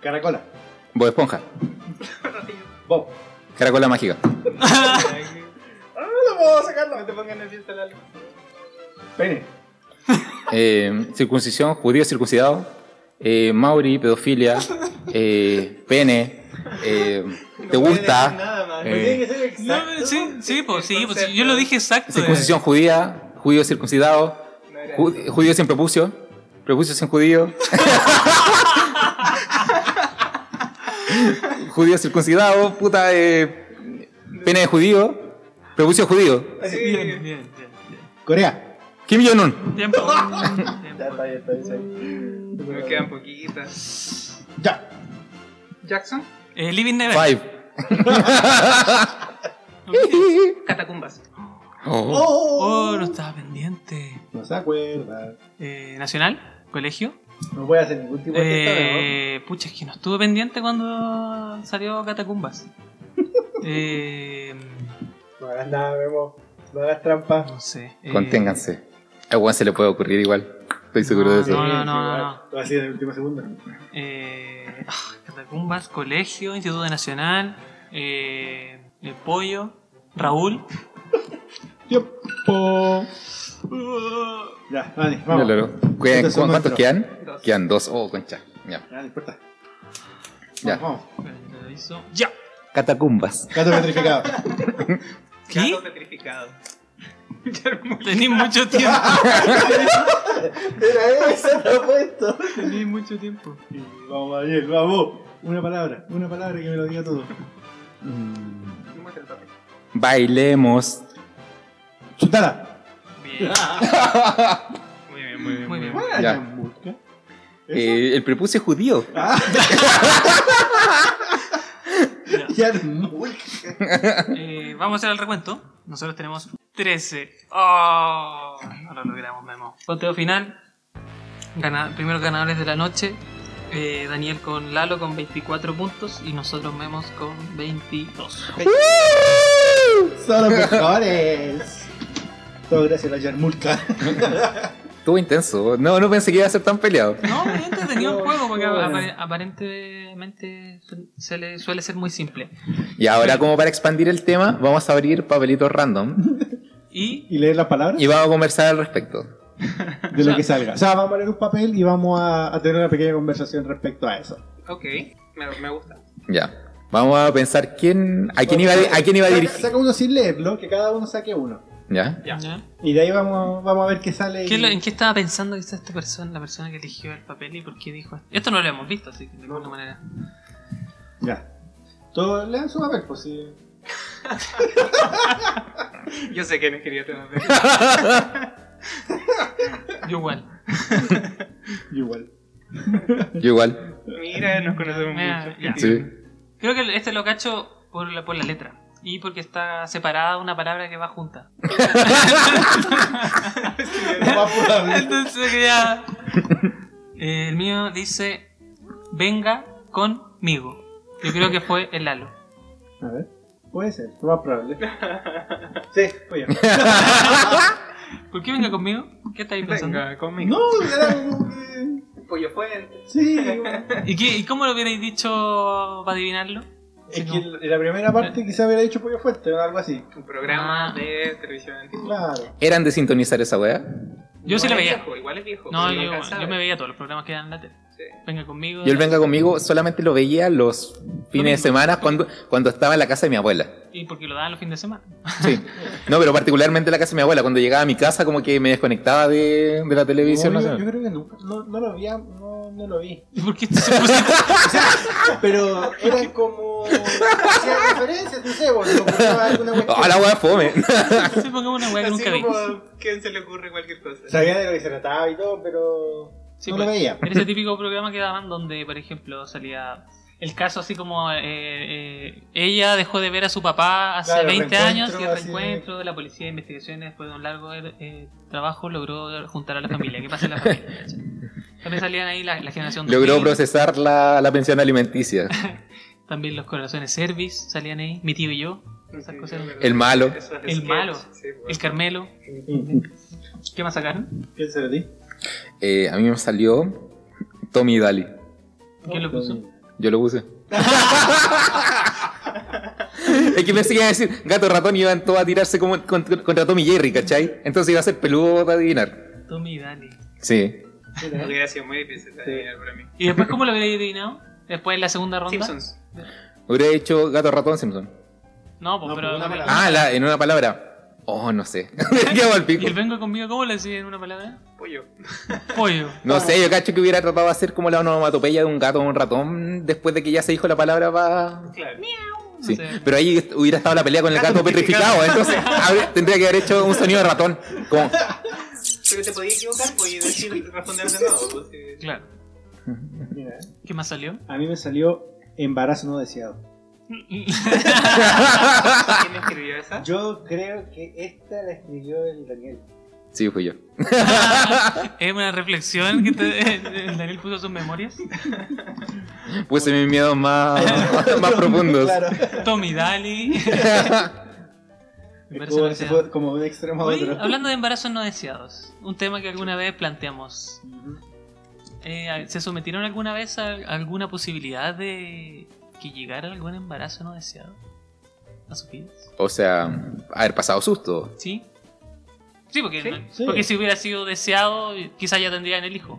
B: Caracola.
E: Bob Esponja.
B: Bob.
E: Caracola mágica.
B: Ah, no puedo sacarlo. No te pongan nervioso la Pene.
E: Eh, circuncisión, judío circuncidado. Eh, Mauri, pedofilia. Eh, pene. eh, ¿Te gusta?
B: más.
E: Eh. tiene que
B: ser
C: No, pero sí, sí, pues sí, pues, sí, yo lo dije exacto. eh.
E: Circuncisión judía. Judío circuncidado.
D: No era
E: ju- judío sin prepucio. Prepucio sin judío. judío circuncidado. Puta. eh, pene de judío. Prepucio judío.
D: Sí.
C: Bien, bien, bien. bien.
B: Corea.
E: Kim Jong-un.
C: Tiempo.
B: Ya
C: Tiempo.
B: está, ya está, ya está.
D: Me quedan poquitas.
B: Ya.
D: Jackson.
C: Eh, Living Never.
E: Five.
C: No, mira,
D: Catacumbas.
E: Oh.
B: ¡Oh!
C: Oh, no estaba pendiente.
B: No se acuerda.
C: Eh, Nacional, colegio.
B: No puede hacer ningún tipo de testado,
C: Eh, pucha, es que no estuve pendiente cuando salió Catacumbas. Eh,
B: ¿no? No hagas nada, Memo. No hagas trampa.
C: no sé. eh,
E: Conténganse. A Juan se le puede ocurrir igual. Estoy seguro de
C: No, no,
E: eso.
B: Sí,
C: no, no,
B: igual.
C: no.
B: Lo hacía en el último segundo.
C: eh, ah, Catacumbas, colegio, Instituto Nacional, eh, el pollo, Raúl.
B: Tiempo. Ya, vale, vamos.
E: Ya, claro. Cu-
B: Este es un
E: ¿Cuántos
B: monstruo.
E: quedan?
D: Dos.
E: Quedan dos. Oh, concha. Ya.
B: Ya, no importa.
E: Ya.
B: Vamos, vamos.
C: Lo hizo- ¡Ya!
E: Catacumbas.
B: Gato petrificado.
C: ¿Qué?
D: Gato petrificado. Yo
C: Tení mucho tiempo.
B: Era ese propuesto.
C: Tení mucho tiempo.
B: Vamos, Daniel, vamos. Una palabra, una palabra que me lo diga todo.
D: Muestra el papel.
E: Bailemos.
B: Chutala.
C: Bien.
D: Muy bien, muy bien.
C: Muy bien.
B: Buena
E: Ya.
B: chambusca.
E: Eh, el prepucio judío.
B: Ah,
C: Ya.
B: ya muy.
C: Eh, vamos a hacer el recuento. Nosotros tenemos 13. ¡Oh! No lo logramos, Memo. Conteo final. Gana- primeros ganadores de la noche. Eh, Daniel con Lalo con 24 puntos y nosotros Memos con 22.
B: Son los mejores. Todo gracias a la Yarmulka.
E: Estuvo intenso. No, no pensé que iba a ser tan peleado.
C: No, es entretenido el juego porque
B: Bueno.
C: apare- aparentemente se le suele ser muy simple.
E: Y ahora, como para expandir el tema, vamos a abrir papelitos random
C: Y
B: Y leer las palabras
E: y vamos a conversar al respecto.
B: de lo que salga. O sea, vamos a leer un papel y vamos a, a tener una pequeña conversación respecto a eso.
D: Ok, me, me gusta.
E: Ya. Vamos a pensar quién, a quién iba, a quién iba a
B: Saca-
E: dirigir.
B: Saca uno sin leerlo, que cada uno saque uno.
E: Ya.
D: Ya.
C: ¿ya?
B: Y de ahí vamos, vamos a ver qué sale.
C: ¿Qué
B: y-
C: es lo- ¿En qué estaba pensando quizás esta persona, la persona que eligió el papel y por qué dijo esto? Esto no lo hemos visto, así que de alguna manera.
B: Ya. Todo, lean su papel, pues sí.
D: Yo sé que no quería tener.
C: Yo igual.
B: Igual.
E: Yo igual.
D: Mira, nos conocemos
C: Mira,
D: mucho.
C: ya.
E: Sí.
C: Creo que este lo cacho por la, por la letra. Y porque está separada una palabra que va junta. Entonces que ya. Eh, el mío dice: Venga conmigo. Yo creo que fue el Lalo.
B: A ver. Puede ser, lo más probable. Sí, fui yo.
C: ¿Por qué venga conmigo? ¿Qué estáis pensando?
D: Venga, conmigo.
B: No, era como que.
D: Pollo fuente.
B: Sí,
C: ¿Y, qué, y cómo lo hubierais dicho para adivinarlo?
B: es que en la primera parte quizá hubiera dicho pollo fuerte o algo así.
D: Un programa
C: Ah.
D: de televisión antigua.
B: Claro.
E: ¿Eran de sintonizar esa weá?
C: Yo
D: No,
C: sí lo
D: es
C: veía.
D: viejo, igual es viejo.
C: No,
D: pero
C: yo,
D: alcanzaba.
C: yo me veía todos los programas que dan en la tele.
D: Sí.
C: Venga conmigo.
E: Yo el Venga Conmigo solamente lo veía los fines de semana cuando, cuando estaba en la casa de mi abuela.
C: Y porque lo daban los fines de semana.
E: Sí. No, pero particularmente en la casa de mi abuela. Cuando llegaba a mi casa como que me desconectaba de, de la televisión.
B: No, yo,
E: nacional.
B: yo creo que nunca- no, no lo vi, no, no lo vi.
C: ¿Y por qué esto se puso
B: Ah, Pero eran como. Hacían referencias, no sé, pues, bueno, pasaba alguna cuestión.
E: ¡Ah, la weá fome!
C: se pongamos una weá que
D: Así
C: nunca vi?
D: como, ¿quién se le ocurre cualquier cosa?
B: Sabía de lo que se trataba y todo, pero.
C: Sí,
B: no
C: pues,
B: lo veía.
C: Era ese típico programa que daban donde, por ejemplo, salía el caso así como eh, eh, ella dejó de ver a su papá hace
B: Claro,
C: 20 años y el
B: reencuentro, así
C: reencuentro de la policía de investigaciones después de un largo eh, trabajo logró juntar a la familia. ¿Qué pasa en la familia? ¿cachai? También salían ahí la, la generación
E: Logró
C: 2000,
E: procesar la, la pensión alimenticia.
C: También los corazones service salían ahí, mi tío y yo, esas cosas.
E: El malo.
D: Eso es
C: El
D: sketch.
C: malo.
D: Sí, bueno.
C: el Carmelo. ¿Qué más sacaron?
B: Mm, ¿Qué se lo di?
E: Eh, a mí me salió Tommy Daly.
C: ¿Quién lo puso?
E: Yo lo puse. es que pensé que iba a decir gato ratón y iban todos a tirarse como contra, contra Tommy Jerry, ¿cachai? Entonces iba a ser peludo para adivinar.
C: Tommy y Dani.
E: Sí.
D: Hubiera sido muy difícil de adivinar para mí.
C: ¿Y después cómo lo habéis adivinado? Después en la segunda ronda.
D: Simpsons.
E: Hubiera hecho gato ratón Simpson.
C: No, pues,
B: No,
C: pero.
B: pues, una palabra.
E: Ah, la, en una palabra. Oh, no sé. ¿Qué hago al
C: ¿Y
E: pico?
C: el vengo conmigo cómo le decía en una palabra?
D: Pollo.
C: Pollo.
E: No sé, yo cacho que hubiera tratado de hacer como la onomatopeya de un gato o un ratón después de que ya se dijo la palabra para...
D: Claro.
C: No
E: Sí,
C: sé.
E: pero ahí est- hubiera estado la pelea con el gato, petrificado, entonces habría- tendría que haber hecho un sonido de ratón. Como,
D: Pero te podías equivocar, pollo, y decir responder de nuevo. pues, sí.
C: Claro.
B: Mira, eh.
C: ¿Qué más salió?
B: a mí me salió embarazo no deseado.
D: ¿Quién escribió esa?
B: Yo creo que esta la escribió el Daniel.
E: sí, fui yo.
C: es una reflexión que te- eh, Daniel puso sus memorias.
E: Puse Pues mis miedos más, más profundos.
B: Claro.
C: Tommy Daly. Me parece
B: Como,
C: demasiado.
B: se fue como de un extremo a
C: Hoy,
B: otro.
C: hablando de embarazos no deseados, un tema que alguna vez planteamos. Eh, ¿Se sometieron alguna vez a alguna posibilidad de que llegara algún embarazo no deseado? ¿A sus vidas?
E: O sea, haber pasado susto.
C: ¿Sí? Sí, porque, no-
B: sí.
C: porque si hubiera sido deseado, quizás ya tendrían el hijo.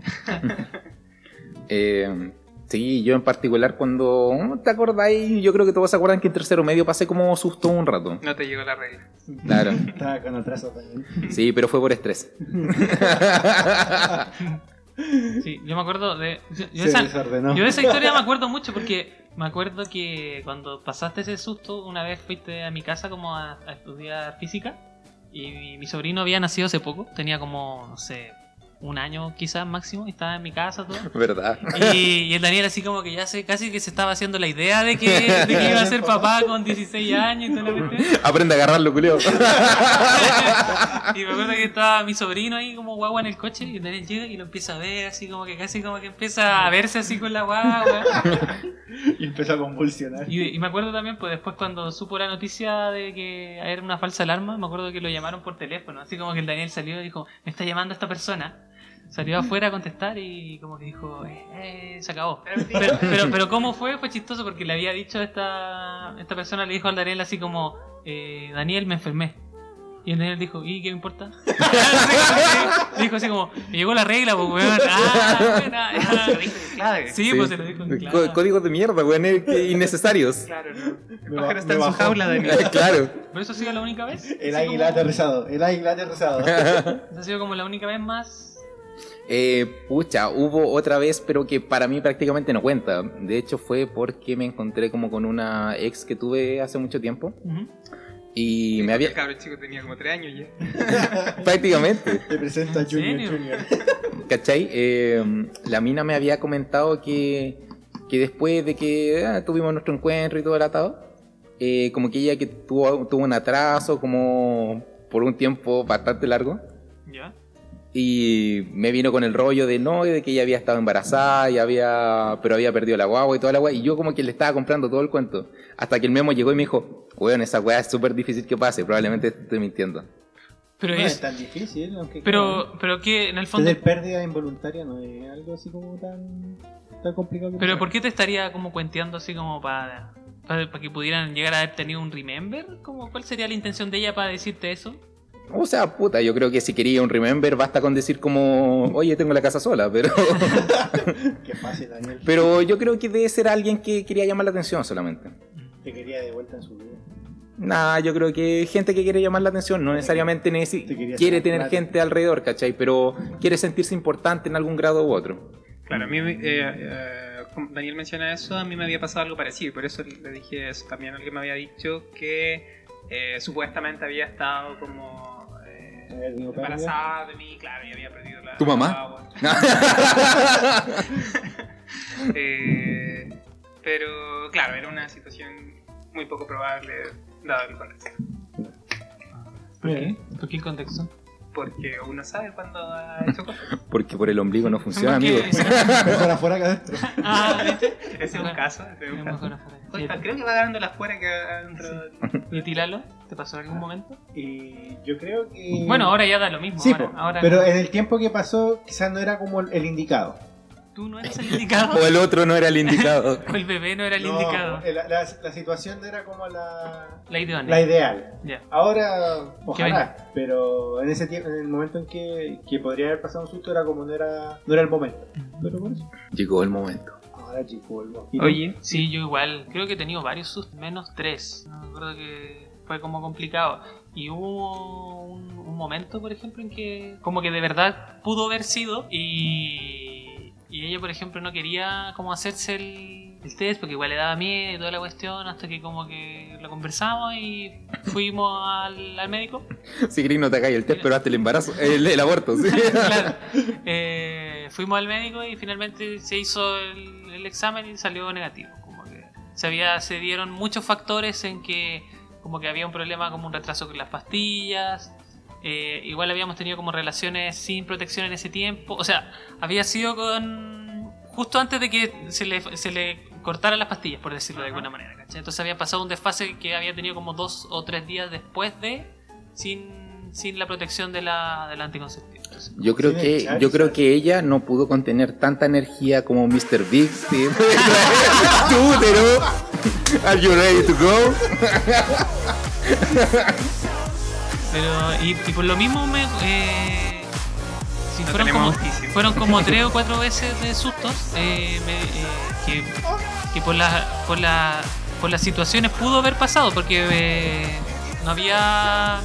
E: Eh, sí, yo en particular cuando... ¿Te acordáis? Yo creo que todos se acuerdan que en tercero medio pasé como susto un rato.
D: No te llegó la regla.
E: Claro.
B: Estaba con atraso también.
E: Sí, pero fue por estrés.
C: Sí, yo me acuerdo de... yo- yo
B: se
C: esa-
B: desordenó.
C: Yo de esa historia me acuerdo mucho porque me acuerdo que cuando pasaste ese susto, una vez fuiste a mi casa como a, a estudiar física y mi, mi sobrino había nacido hace poco, tenía como, no sé, un año quizás máximo, y estaba en mi casa todo.
E: ¿Verdad?
C: Y, y el Daniel así como que ya se, casi que se estaba haciendo la idea de que, de que iba a ser papá con 16 años y toda la cuestión.
E: Aprende a agarrarlo, culeo.
C: y me acuerdo que estaba mi sobrino ahí como guagua en el coche y Daniel llega y lo empieza a ver así como que casi como que empieza a verse así con la guagua.
B: Y empezó a convulsionar.
C: Y, y me acuerdo también, pues después cuando supo la noticia de que era una falsa alarma, me acuerdo que lo llamaron por teléfono, así como que el Daniel salió y dijo, me está llamando esta persona. Salió afuera a contestar y como que dijo, "Eh, eh, se acabó. Pero, pero, pero cómo fue, fue chistoso porque le había dicho a esta, esta persona, le dijo al Daniel así como, eh, Daniel, me enfermé. Y el Daniel dijo, ¿y qué me importa? Le dijo así como, me llegó la regla, pues weón. Ah, buena, ah".
D: Lo dijo en clave.
C: Sí, pues se lo dijo en
E: Co-
C: clave.
E: Códigos de mierda, weón, eh, que innecesarios.
D: Claro, no. El
B: Me
D: pájaro
B: ba-
D: está
B: me
D: en su
B: bajó.
D: jaula, Daniel.
E: claro.
C: ¿Pero eso ha sido la única vez?
B: El
C: Así
B: águila
C: como-
B: aterrizado. El águila aterrizado.
C: Esa ha sido como la única vez más.
E: Eh, pucha, hubo otra vez, pero que para mí prácticamente no cuenta. De hecho, fue porque me encontré como con una ex que tuve hace mucho tiempo. Y
D: El
E: me había.
D: cabrón chico tenía como 3 años ya.
E: prácticamente.
B: Te presento a
C: ¿En
B: Junior
C: serio?
B: Junior.
E: ¿Cachai? Eh, la mina me había comentado que, que después de que ah, tuvimos nuestro encuentro y todo el atado, eh, como que ella que tuvo, tuvo un atraso como por un tiempo bastante largo.
C: ¿Ya?
E: Y me vino con el rollo de no, de que ella había estado embarazada, y había, pero había perdido la guagua y toda la guagua. Y yo como que le estaba comprando todo el cuento. Hasta que el memo llegó y me dijo, weón, esa weá es súper difícil que pase, probablemente te estoy mintiendo.
C: Pero
B: No es
C: es.
B: tan difícil, aunque.
C: Pero, pero que en el fondo.
B: Tener pérdida involuntaria no es algo así como tan, tan complicado. que
C: Pero
B: sea.
C: ¿por qué te estaría como cuenteando así como para. Para, para que pudieran llegar a haber tenido un remember? Como, ¿Cuál sería la intención de ella para decirte eso?
E: O sea, puta, yo creo que si quería un remember basta con decir como, oye, tengo la casa sola, pero,
B: Qué fácil, Daniel.
E: pero yo creo que debe ser alguien que quería llamar la atención solamente.
B: Te quería de vuelta en su vida.
E: Nah, yo creo que gente que quiere llamar la atención no necesariamente necesi-
B: Te quería
E: quiere
B: sacar
E: tener
B: plata.
E: gente alrededor, ¿cachai? Pero quiere sentirse importante en algún grado u otro.
D: Claro, a mí, eh, eh, como Daniel menciona eso, a mí me había pasado algo parecido, y por eso le dije eso. También alguien me había dicho que eh, supuestamente había estado como eh,
B: A ver, digo,
D: embarazada de mí, claro, y había perdido la.
E: ¿Tu mamá?
D: la guagua. Eh, pero claro, era una situación muy poco probable dado el contexto.
C: ¿Por qué? ¿Por qué el contexto?
D: Porque uno sabe cuando ha hecho cosas.
E: Porque por el ombligo no funciona,
C: Porque-
E: amigo.
B: Mejor afuera que adentro.
C: ah, ¿viste?
D: Ese es un caso. ese es un
C: Mejor
D: caso.
C: afuera.
D: Oye, creo que va ganando la fuera que adentro.
C: ¿Y a ti, Lalo? ¿Te pasó en algún momento?
B: Y yo creo que.
C: Ah. Bueno, ahora ya da lo mismo.
B: Sí,
C: ahora,
B: po,
C: ahora
B: pero en el tiempo que pasó, quizás no era como el indicado.
C: tú no eres el indicado.
E: O el otro no era el indicado.
C: o el bebé no era el
B: No,
C: indicado.
B: La, la- la situación no era como la,
C: La
B: la
C: idónea.
B: ideal.
C: Ya.
B: Ahora, ojalá, pero en ese tiempo, en el momento en que, que podría haber pasado un susto, era como no era, no era el momento. Pero por eso.
E: Llegó el momento.
B: Ahora, chico, el momento.
D: Oye,
C: Sí, yo igual. Creo que he tenido varios sustos, menos tres. No me acuerdo que fue como complicado. Y hubo un, un momento, por ejemplo, en que como que de verdad pudo haber sido y, y ella, por ejemplo, no quería como hacerse el, el test porque igual le daba miedo y toda la cuestión hasta que como que lo conversamos y fuimos al, al médico.
E: Si querés no te cae el test, pero hasta el embarazo, el, el aborto, sí.
C: Claro. Eh, fuimos al médico y finalmente se hizo el, el examen y salió negativo. Como que se, había, se dieron muchos factores en que como que había un problema como un retraso con las pastillas. eh, igual habíamos tenido como relaciones sin protección en ese tiempo. O sea, había sido con... justo antes de que se le, se le cortaran las pastillas, por decirlo de
D: Ajá.
C: alguna manera. ¿cachai? Entonces había pasado un desfase que había tenido como dos o tres días después de sin, sin la protección de la, de la anticonceptiva. Entonces,
E: Yo creo
B: Sí,
E: que
B: Charizard.
E: yo creo que ella no pudo contener tanta energía como Mr. Big. Sí. tu útero. Are you ready to go?
C: Pero, y, y por lo mismo me. eh, sí,
D: No
C: fueron, como,
D: tenemos justicia.
C: fueron como tres o cuatro veces de sustos eh, me- eh, que, que por, la, por, la, por las situaciones pudo haber pasado, porque eh, no había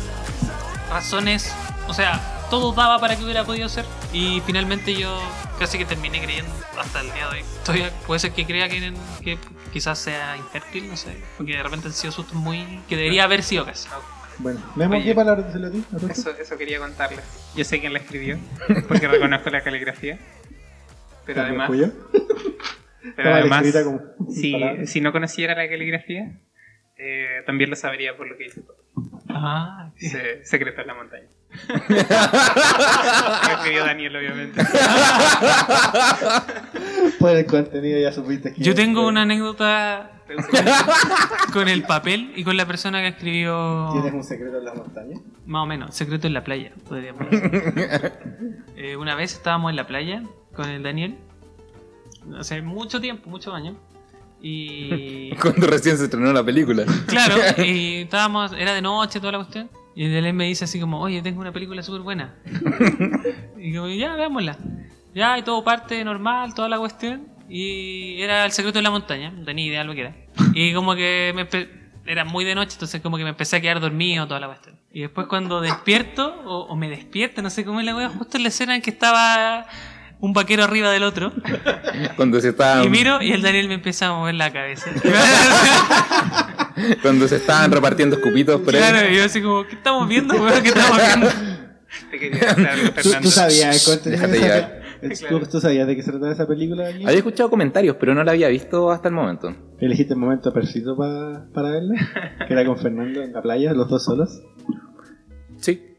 C: razones. O sea, todo daba para que hubiera podido ser. Y finalmente yo casi que terminé creyendo hasta el día de hoy. Todavía puede ser que crea que, que quizás sea infértil, no sé. Porque de repente han sido sustos muy. que debería haber sido casi.
B: Bueno, Memo,
D: Oye.
B: ¿qué palabras se le di? ¿No te gusta?
D: Eso, eso quería contarles. Yo sé quién la escribió, porque reconozco la caligrafía. Pero
B: Carlos
D: además,
B: Cuyo.
D: pero
B: Estaba
D: además
B: escrita como-
D: si,
B: palabras.
D: si no conociera la caligrafía, eh, también lo sabría por lo que dice todo.
C: Ah,
D: Se- Secreto en la montaña. Lo escribió Daniel, obviamente.
B: Por el contenido ya supiste que...
C: Yo tengo una anécdota
D: Te uso-
C: con el papel y con la persona que escribió
B: ¿Tienes un secreto en las montañas?
C: más o menos, secreto en la playa, podríamos decir. Eh, una vez estábamos en la playa con el Daniel, hace mucho tiempo, muchos años, y
E: Cuando recién se estrenó la película.
C: claro, y estábamos, era de noche toda la cuestión, y el Daniel me dice así como, oye, tengo una película súper buena. Y como, ya, veámosla. Ya, y todo parte normal, toda la cuestión. Y era el secreto de la montaña, no tenía idea lo que era. Y como que me empe- era muy de noche, entonces como que me empecé a quedar dormido, toda la cuestión. Y después cuando despierto, o, o me despierto, no sé cómo es la wea, justo en la escena en que estaba un vaquero arriba del otro.
E: Cuando se estaban,
C: Y miro y el Daniel me empieza a mover la cabeza.
E: cuando se estaban repartiendo escupitos por ahí.
C: claro, y yo así como, ¿qué estamos viendo, weón? ¿Qué estamos viendo?
D: Te quería contar,
B: ¿Tú,
D: Fernando.
B: tú sabías el contenido
E: Déjate
B: de esa
E: llevar.
B: pe- el-
D: Claro.
B: ¿tú, tú sabías de qué se trataba esa película, Daniel?
E: Había escuchado comentarios, pero no la había visto hasta el momento.
B: ¿Elegiste el momento perfecto pa- para verla? Que era con Fernando en la playa, los dos solos.
E: Sí.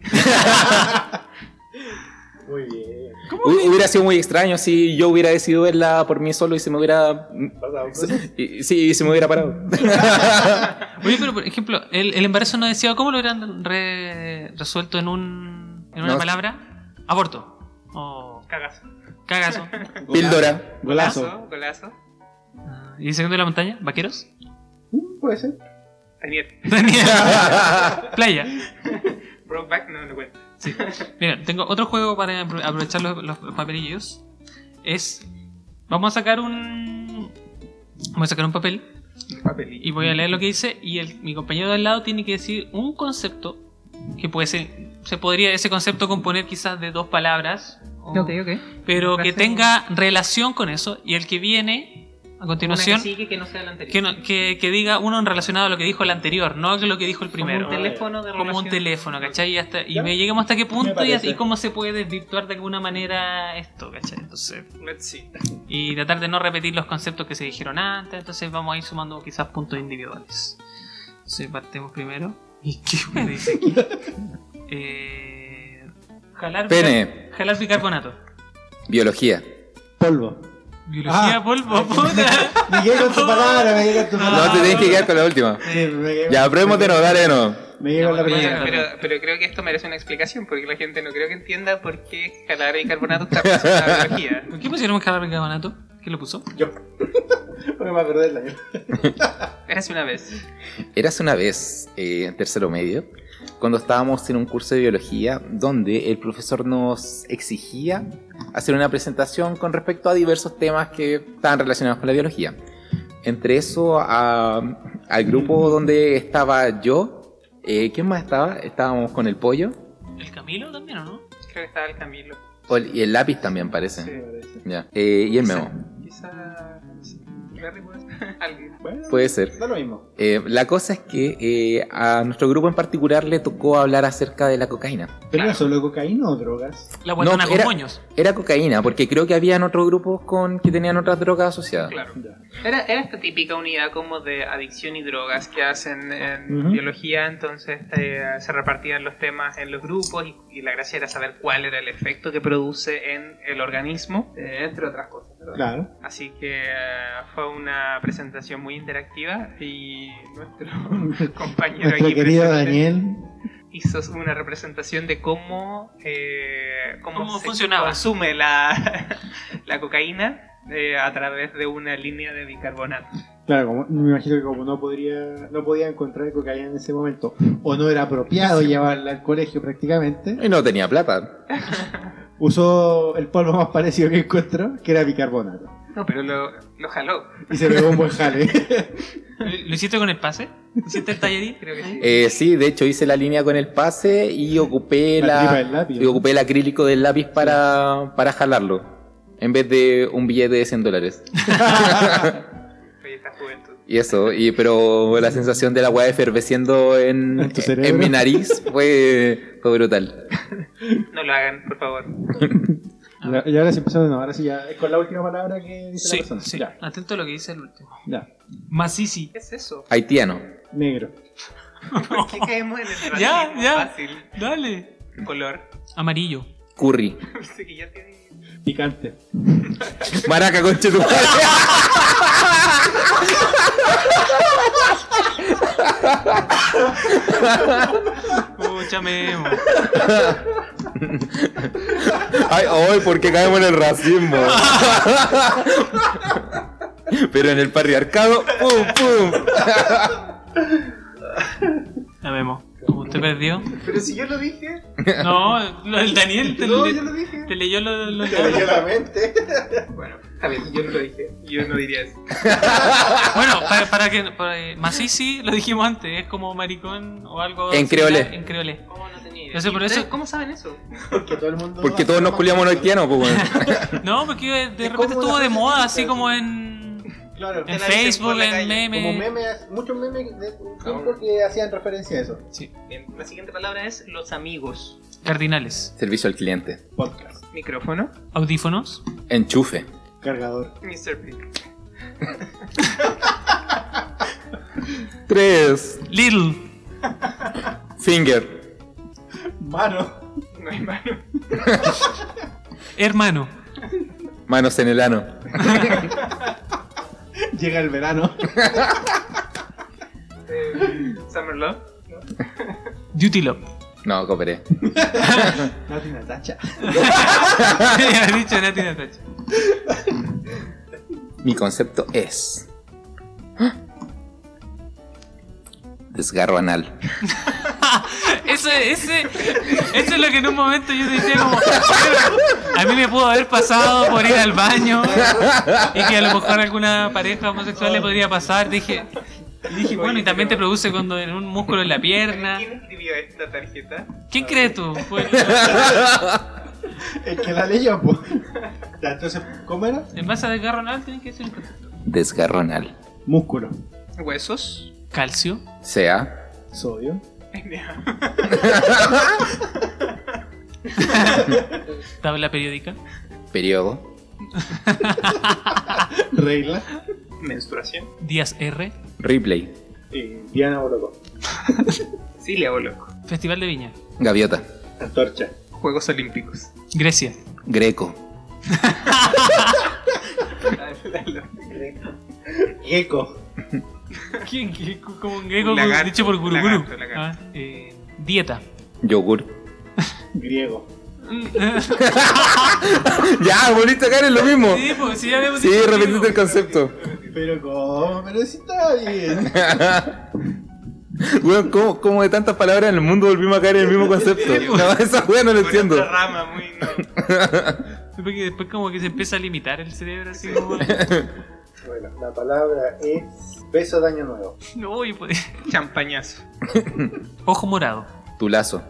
B: Muy bien.
E: Hu- Hubiera sido muy extraño si yo hubiera decidido verla por mí solo y se me hubiera y- sí, y se me hubiera parado.
C: Oye, pero por ejemplo, el, el embarazo no deseado, ¿cómo lo hubieran re- resuelto en, un, en una
E: No.
C: palabra? Aborto. O
D: Cagazo.
C: cagazo.
E: Píldora.
B: Golazo.
D: Golazo.
C: Ah, ¿Y segundo de la montaña? ¿Vaqueros?
B: Mm, Puede ser.
D: Daniel.
C: Playa.
D: Brokeback no lo cuento.
C: Mira, tengo otro juego para apro- aprovechar los, los papelillos. Es. Vamos a sacar un. Vamos a sacar un papel
D: Un papelillo.
C: y voy a leer lo que dice. Y el- mi compañero de al lado tiene que decir un concepto que puede ser. Se podría ese concepto componer quizás de dos palabras. o- pero que
D: Gracias.
C: tenga relación con eso y el que viene a
D: Una
C: continuación
D: que sigue que no sea la anterior.
C: que, no- que, que diga uno en relacionado a lo que dijo el anterior, no que lo que dijo el primero.
D: Como un teléfono de
C: Como un
D: relación.
C: teléfono, ¿cachai? Y, hasta, y
B: ¿Ya?
C: me lleguemos hasta qué punto y,
B: parece.
C: y cómo se puede desvirtuar de alguna manera esto, ¿cachai? Entonces,
D: Let's see.
C: y tratar de no repetir los conceptos que se dijeron antes, entonces vamos a ir sumando quizás puntos individuales. Entonces partimos primero. ¿Y qué me dice aquí? Eh, jalar,
E: Pene.
C: jalar bicarbonato.
E: Biología.
B: Polvo.
C: Biología
B: Ah.
C: polvo, puta.
B: Me llego con tu palabra, me llego con tu palabra.
E: No te tenés que quedar con la última.
B: Sí, me llego-
E: Ya, probemos de no, dale de no.
B: Me llego con la
C: Bueno,
B: primera.
D: Bueno, pero, pero creo que esto merece una explicación, porque la gente no creo que entienda por qué jalar bicarbonato está relacionado a la biología.
C: ¿Por qué pusieron jalar bicarbonato? ¿Quién lo puso?
B: Yo. Porque me acordé del año.
D: Eras una vez.
E: Eras una vez, eh, en tercero medio, cuando estábamos en un curso de biología donde el profesor nos exigía hacer una presentación con respecto a diversos temas que estaban relacionados con la biología. Entre eso, a- al grupo donde estaba yo, eh, ¿quién más estaba? Estábamos con el pollo
C: ¿El Camilo también o no?
D: Creo que estaba el Camilo.
E: o el- y el lápiz también, parece.
D: Sí.
E: Ya. Eh, y el memo.
D: Quizá. quizá- Larry puede ser alguien.
B: Bueno,
E: Puede ser.
B: da lo mismo.
E: Eh, la cosa es que eh, a nuestro grupo en particular le tocó hablar acerca de la cocaína.
B: ¿Pero era solo cocaína o drogas?
C: La guatona
E: No,
C: con
E: era-
C: moños.
E: Era cocaína, porque creo que habían otros grupos con que tenían otras drogas asociadas.
D: Claro.
B: Ya.
D: Era, era esta típica unidad como de adicción y drogas que hacen en
B: Ujú.
D: biología, entonces eh, se repartían los temas en los grupos y, y la gracia era saber cuál era el efecto que produce en el organismo, eh, entre otras cosas. ¿verdad?
B: Claro.
D: Así que eh, fue una presentación muy interactiva y nuestro compañero
B: Nuestro
D: aquí
B: querido
D: presente
B: Daniel.
D: hizo una representación de cómo, eh, cómo,
C: ¿Cómo
D: se
C: funcionaba?
D: consume la, la cocaína eh, a través de una línea de bicarbonato.
B: Claro, como- me imagino que como no podría, no podía encontrar cocaína en ese momento, o no era apropiado llevarla al colegio prácticamente,
E: Y no tenía plata.
B: usó el polvo más parecido que encontró, que era bicarbonato.
D: No, pues, pero lo, lo jaló.
B: Y se pegó un buen jale.
C: ¿Lo lo hiciste con el pase? ¿Hiciste el tallerín?
D: Creo que sí.
E: Eh, sí, de hecho hice la línea con el pase y ocupé
B: La
E: la,
B: tripa del lápiz.
E: y ocupé el acrílico del lápiz para, para jalarlo. En vez de un billete de 100 dólares.
D: Oye, esta juventud.
E: Y eso, y, pero la sensación del agua eferveciendo en,
B: ¿En tu
E: en,
B: cerebro?
E: mi nariz fue, fue brutal.
D: No lo hagan, por favor.
B: Ya- Y ahora sí empezó de nuevo, ahora sí ya, es con la última palabra que dice
C: Sí,
B: la persona.
C: sí.
B: Ya,
C: Atento a lo que dice el último.
B: ya,
C: Más sí, sí.
D: ¿Qué es eso?
E: Haitiano.
B: negro.
D: ¿Por qué caemos en el
C: Ya,
D: racismo
C: ya.
D: fácil?
C: Dale.
D: Color.
C: Amarillo.
E: Curry.
D: Así que ya tiene-
B: Picante.
E: Maraca con
C: Pucha, Memo.
E: Ay, ay, ¿por qué caemos en el racismo? Pero en el patriarcado, ¡pum, pum!
C: La Memo. Como usted perdió.
B: Pero si yo lo dije,
C: No, lo del Daniel te, le-
B: dije.
C: te leyó lo, lo-
B: Claramente.
D: Bueno, está bien, yo no lo dije. Yo no diría eso.
C: Bueno, para, para que. Para, más sí, sí, lo dijimos antes. Es como maricón o algo.
E: En
C: similar,
E: creolé.
C: En creolé.
D: ¿Cómo no tenía idea?
C: No sé,
D: ¿Y
C: por
D: ustedes
C: eso-
D: ¿Cómo saben eso?
B: Porque todo el mundo.
E: Porque todos nos culiamos los haitianos, pues, weón.
C: No, porque de
B: Es
C: repente
B: como
C: estuvo
B: una frase
C: de moda,
B: típica,
C: así
B: sí.
C: como en.
B: Claro.
C: En
D: la dicen por
C: Facebook,
D: la
C: en
D: calle,
B: Como
C: memes.
B: memes, muchos memes de un tiempo que hacían referencia a eso.
C: Sí.
D: Bien, la siguiente palabra es los amigos.
C: Cardinales.
E: Servicio al cliente.
B: Podcast,
D: Micrófono.
C: Audífonos.
E: Enchufe.
B: cargador,
D: Mr. Pig.
E: Tres.
C: Little.
E: Finger.
B: mano,
D: No hay mano.
C: Hermano.
E: Manos en el ano.
B: llega el verano,
D: Eh, Summer Love.
C: Duty Love.
E: No, cooperé.
B: Nati Natacha.
C: Ya he dicho Nati Natacha.
E: Mi concepto es. ¡Ah! Desgarro anal.
C: Ese, ese, eso es lo que en un momento yo decía como, "Pero, a mí me pudo haber pasado por ir al baño y que a lo mejor alguna pareja homosexual le podría pasar. Dije, y dije, bueno, y también te produce cuando en un músculo en la pierna.
D: ¿Quién escribió esta tarjeta?
C: ¿Quién crees tú? Pues, Fue
B: El que la leyó, pues. Ya, entonces, ¿cómo era?
C: En base a desgarro anal tienes que decir un concepto.
E: Desgarro anal.
B: Músculo,
D: Huesos.
C: calcio,
E: Sea.
B: sodio,
C: tabla periódica,
E: Periodo.
B: regla,
D: Menstruación.
C: días R,
E: Replay.
B: y Diana Bolocó,
D: Cilia o loco.
C: Festival de Viña,
E: Gaviota.
B: antorcha,
D: Juegos Olímpicos.
C: Grecia,
E: Greco.
B: gecko,
C: ¿Quién, qué- como un griego
D: Lagarto,
C: dicho por Guruguru.
D: lagarto, lagarto.
C: Ah, eh, dieta.
E: Yogur.
B: griego,
E: ya, volviste a caer en lo mismo.
C: Sí, pues sí, ya habíamos
E: Sí,
C: dicho
E: repetiste el
C: griego.
E: concepto.
B: pero cómo, pero si está bien.
E: Weón, ¿cómo, cómo de tantas palabras en el mundo volvimos a caer en el mismo concepto? No, esa weá no lo entiendo.
D: Otra rama muy. No.
C: Sí, porque después como que se empieza a limitar el cerebro así como...
B: Bueno, la palabra es beso de año nuevo,
C: No, y pues-
D: Champañazo.
C: Ojo morado.
E: Tu lazo.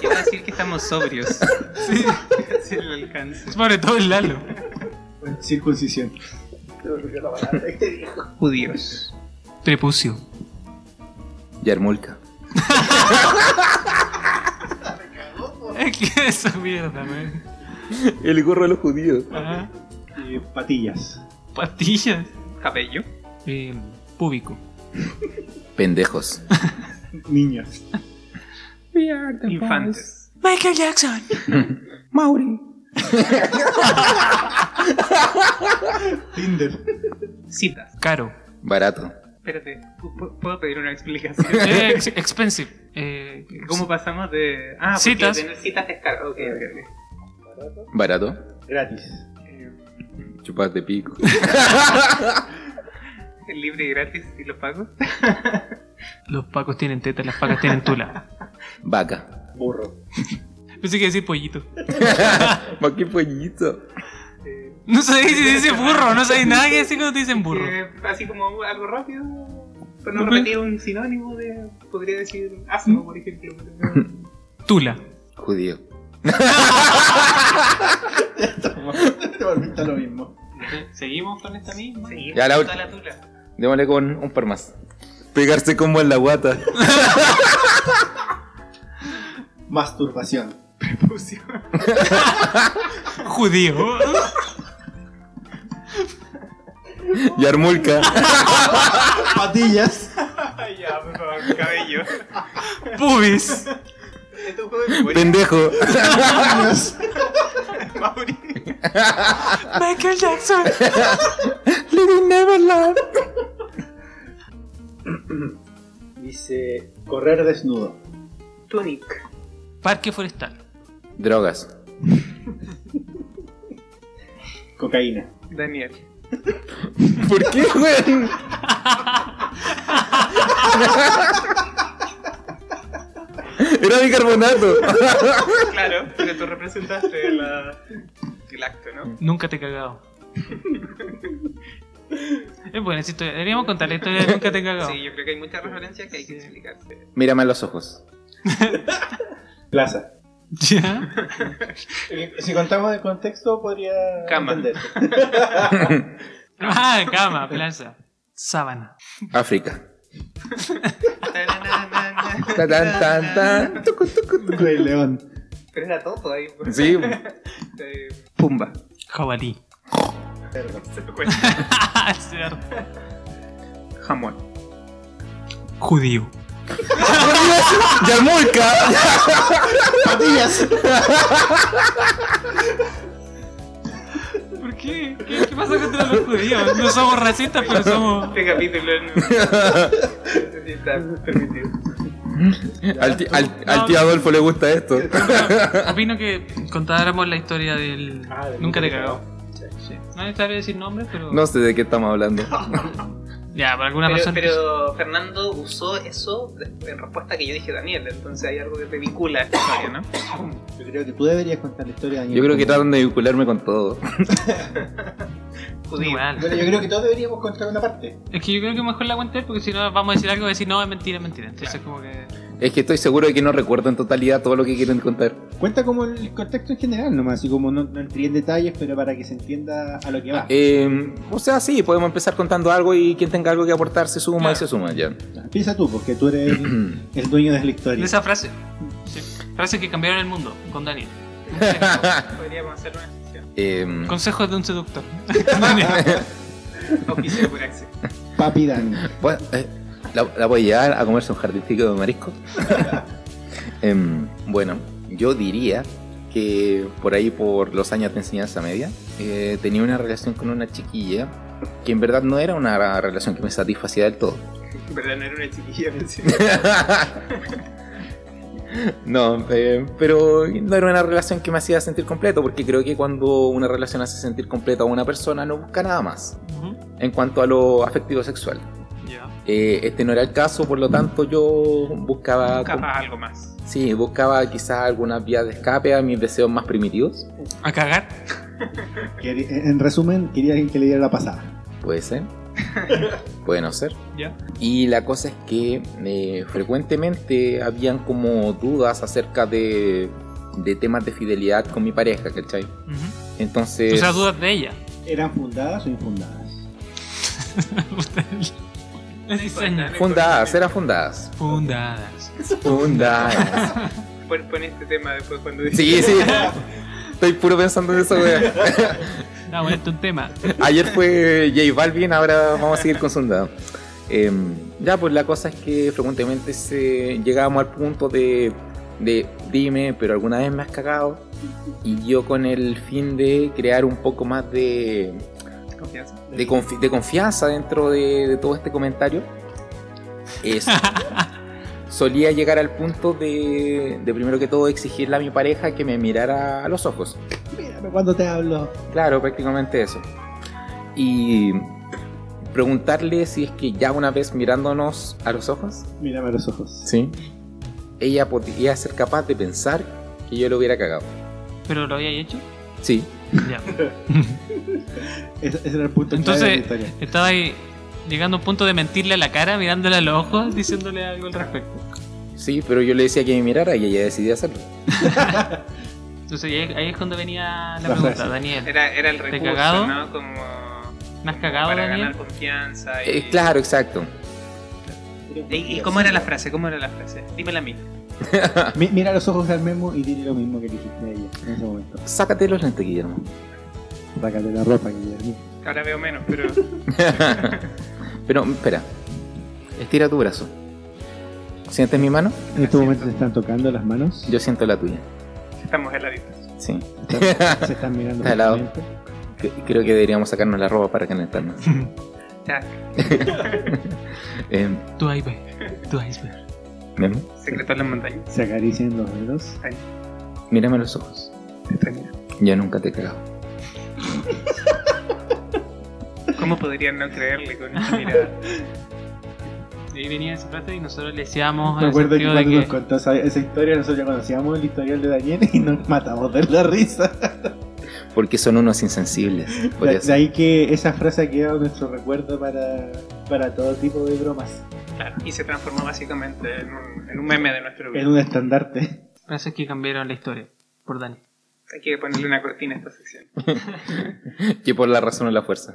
D: Quiero decir que estamos sobrios.
C: Sí,
D: Se lo alcanza.
C: sobre todo el Lalo.
B: Bueno, circuncisión.
D: Judíos.
C: Prepucio.
E: Yarmulka.
C: Es que esa mierda, man.
E: El gorro de los judíos.
C: Ajá.
B: Eh, patillas.
C: Pastillas.
D: Cabello.
C: Eh, púbico.
E: Pendejos.
B: Niños.
D: Infantes.
A: Michael Jackson.
E: Mauri.
B: Tinder.
D: Citas.
C: Caro.
E: Barato.
D: Espérate, ¿pu- ¿puedo pedir una explicación?
C: Eh, ex- expensive. Eh,
D: ¿Cómo pasamos de.? Ah, porque
C: Citas.
D: tener citas es caro. Ok, ok, ok.
E: Barato.
B: Gratis.
E: Chupas de pico.
D: Libre y gratis y lo pago.
C: Los pacos tienen teta, las pacas tienen tula.
E: Vaca.
B: Burro.
C: Pensé que decir pollito.
E: Ma, qué pollito.
C: No sabéis si dice burro, no sabéis nada que decir cuando te dicen burro.
D: Eh, así como algo rápido. Pues no repetir un sinónimo de. Podría decir asno, por ejemplo. pero no.
C: Tula.
E: Judío.
B: Te volviste a lo mismo.
C: ¿Seguimos con esta misma?
D: Sí,
E: Ya, la
D: toda
E: última.
D: la tula.
E: Démosle con un par más. Pegarse como en la guata.
B: Masturbación.
D: Prepucio.
C: Judío.
E: Yarmulka.
B: Patillas.
D: Ay, ya, por favor, cabello.
C: Pubis.
D: Esto es un juego de memoria,
E: Pendejo.
B: Niños.
D: Mauri.
A: Michael Jackson.
E: Living Neverland.
B: Dice Eh, correr desnudo.
D: Tunic.
C: Parque forestal.
E: Drogas.
B: Cocaína.
D: Daniel.
E: ¿Por qué, güey? Era bicarbonato.
D: Claro, porque tú representaste la... el acto, ¿no?
C: Nunca te he cagado. Es buena esa historia. Deberíamos contar la historia de Nunca te he cagado.
D: Sí, yo creo que hay muchas referencias que hay que explicarse.
E: Mírame a los ojos.
B: Plaza.
C: ¿Ya?
B: Eh, Si contamos el contexto, podría
D: Cama.
B: entenderse.
C: Ah, cama, plaza. Sábana.
E: África. Tan, tan,
D: Pero
E: tan. Tucu, tucu, tucu.
B: Rey León.
D: era todo ahí. pues.
E: Sí.
D: Eh,
E: Pumba.
C: Jabalí.
D: se me cuenta.
C: Cierto.
D: Jamón.
C: Judío.
E: Yarmulka.
B: Patillas.
C: ¿Por qué? ¿Qué, qué pasa contra los judíos? No somos racistas, pero somos.
D: Este capítulo no necesita permitido.
E: Al, ti- al- al tío Adolfo le gusta esto.
C: Opino que contáramos la historia Ah, del. Nunca te he cagado. No es necesario decir nombres, pero.
E: No sé de qué estamos hablando.
C: Ya, por alguna
D: Pero,
C: razón.
D: pero Fernando usó eso de- en respuesta que yo dije Daniel, entonces hay algo que te vincula a esta historia, ¿no?
B: Yo creo que tú deberías contar la historia, Daniel.
E: Yo creo que tratan de vincularme con todo.
D: Judío.
C: Igual.
B: Bueno, yo creo que todos deberíamos contar una parte.
C: Es que yo creo que mejor la cuente porque si no vamos a decir algo y decir no, es mentira, es mentira. Entonces, como que.
E: Es que estoy seguro de que no recuerdo en totalidad todo lo que quieren contar.
B: Cuenta como el contexto en general nomás, así como no, no entré en detalles, pero para que se entienda a lo que va.
E: Eh, o sea, sí, podemos empezar contando algo y quien tenga algo que aportar se suma
C: Claro.
E: y se suma ya.
B: Empieza tú, porque tú eres el, el dueño de la historia.
C: De esa frase. Sí. Frases que cambiaron el mundo con Daniel.
D: Podríamos hacer una sesión.
E: Em,
C: Consejos de un seductor. Con Daniel.
D: Oficio por Axel.
B: Papi Dan.
E: bueno, eh, la, la voy a llevar a comerse un jardincito de marisco. Em, bueno, yo diría que por ahí, por los años de enseñanza media, eh, tenía una relación con una chiquilla que en verdad no era una relación que me satisfacía del todo.
D: En verdad no era una chiquilla, pensé.
E: No, eh, pero no era una relación que me hacía sentir completo, porque creo que cuando una relación hace sentir completa a una persona no busca nada más
C: Ujú.
E: en cuanto a lo afectivo sexual.
C: Ya.
E: Eh, este no era el caso, por lo tanto yo buscaba,
D: Capaz algo más.
E: sí, buscaba quizás algunas vías de escape a mis deseos más primitivos,
C: A cagar.
B: Queri- En en resumen, quería alguien que le diera la pasada.
E: puede ser, puede no ser.
C: Ya.
E: Y la cosa es que eh, frecuentemente habían como dudas acerca de de temas de fidelidad con mi pareja, ¿cachai?
C: Ujú.
E: Entonces...
C: O sea, dudas de ella.
B: ¿Eran fundadas o infundadas?
C: Ustedes- Les diseñan.
E: Fundadas, eran fundadas.
C: Fundadas.
E: Fundadas.
D: Pon, pon este tema después cuando dices.
E: Sí, sí. Estoy puro pensando en eso, wea.
C: No, bueno, esto es un tema.
E: Ayer fue J Balvin, ahora vamos a seguir con Sundado. ya, pues la cosa es que frecuentemente se llegábamos al punto de, de dime, pero alguna vez me has cagado. Y yo con el fin de crear un poco más de,
D: Confianza.
E: de, confi- de confianza dentro de, de todo este comentario, es- solía llegar al punto de, de primero que todo exigirle a mi pareja que me mirara a los ojos.
B: Mírame cuando te hablo.
E: Claro, prácticamente eso. Y preguntarle si es que ya una vez mirándonos a los ojos,
B: Mírame a los ojos.
E: sí. ella podía ser capaz de pensar que yo lo hubiera cagado.
C: ¿Pero lo había hecho?
E: Sí.
C: Ya.
B: Ese, ese era el punto clave
C: Entonces-
B: de la historia.
C: Estaba ahí llegando a un punto de mentirle a la cara, mirándole a los ojos, diciéndole algo al respecto.
E: Sí, pero yo le decía que me mirara y ella decidió hacerlo.
C: Entonces ahí, ahí es cuando venía la
B: La
C: pregunta,
B: frase.
C: Daniel.
D: Era, era el recurso,
C: cagado?
D: ¿no? Como.
C: ¿Me has
D: como
C: cagado,
D: Para
C: Daniel?
D: ganar confianza. Y...
E: Eh, claro, exacto.
D: ¿Y, y cómo era la frase? ¿Cómo era la frase? Dímela a mí.
B: Mi- Mira a los ojos al Memo y dile lo mismo que le dijiste a ella en ese momento.
E: Sácate los lentes, Guillermo.
B: Sácate la ropa, Guillermo.
D: Ahora veo menos, pero.
E: pero, espera. Estira tu brazo. ¿Sientes mi mano?
B: En este momento se están tocando las manos.
E: Yo siento la tuya.
D: Estamos en la distancia.
E: Sí.
B: Están- se están mirando.
E: Está al lado.
B: fijamente.
E: Cre- Creo que deberíamos sacarnos la ropa para calentarnos.
D: Ya,
E: Em,
C: Tu iceberg. Tu iceberg.
E: Memo,
D: secreto en las montañas.
B: Se acarician los dedos.
E: mírame a los ojos.
D: Te extraño.
E: Yo nunca te he cagado.
D: ¿Cómo podrían no creerle con esa mirada?
C: Y ahí venía esa frase y nosotros le decíamos en
B: Me
C: el
B: acuerdo que
C: sentido
B: cuando
C: de
B: nos
C: que
B: contó esa, esa historia, nosotros ya conocíamos el historial de Daniel y nos matamos de la risa.
E: Porque son unos insensibles. Por
B: De,
E: eso.
B: de ahí que esa frase ha quedado en nuestro recuerdo para, para todo tipo de bromas.
D: Claro. Y se transformó básicamente en un, en un meme de nuestro
B: En
D: grupo.
B: un estandarte.
C: frases que cambiaron la historia por Dani.
D: Hay que ponerle una cortina a esta sección.
E: Que por la razón o la fuerza.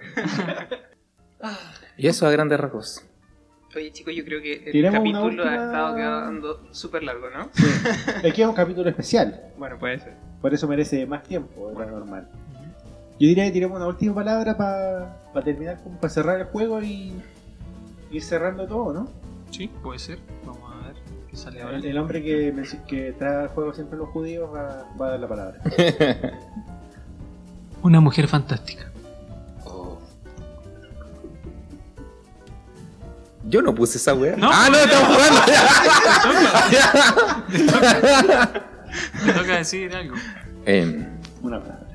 E: y eso a grandes rasgos.
D: Oye, chicos, yo creo que el
B: Tiremos una
D: capítulo ha
B: última-
D: estado quedando súper largo, ¿no?
B: Aquí es un capítulo especial,
D: Bueno, puede ser.
B: por eso merece más tiempo de lo normal. Yo diría que tiremos una última palabra para terminar, para cerrar el juego y ir cerrando todo, ¿no?
C: Sí, puede ser. Vamos a ver qué sale ahora.
B: El, el hombre que, menc- que trae al juego siempre los judíos va, va a dar la palabra.
C: Una mujer fantástica.
E: Yo no puse esa wea.
C: No.
E: Ah, no, estamos jugando.
C: Me toca decir algo.
E: Em,
B: Una palabra.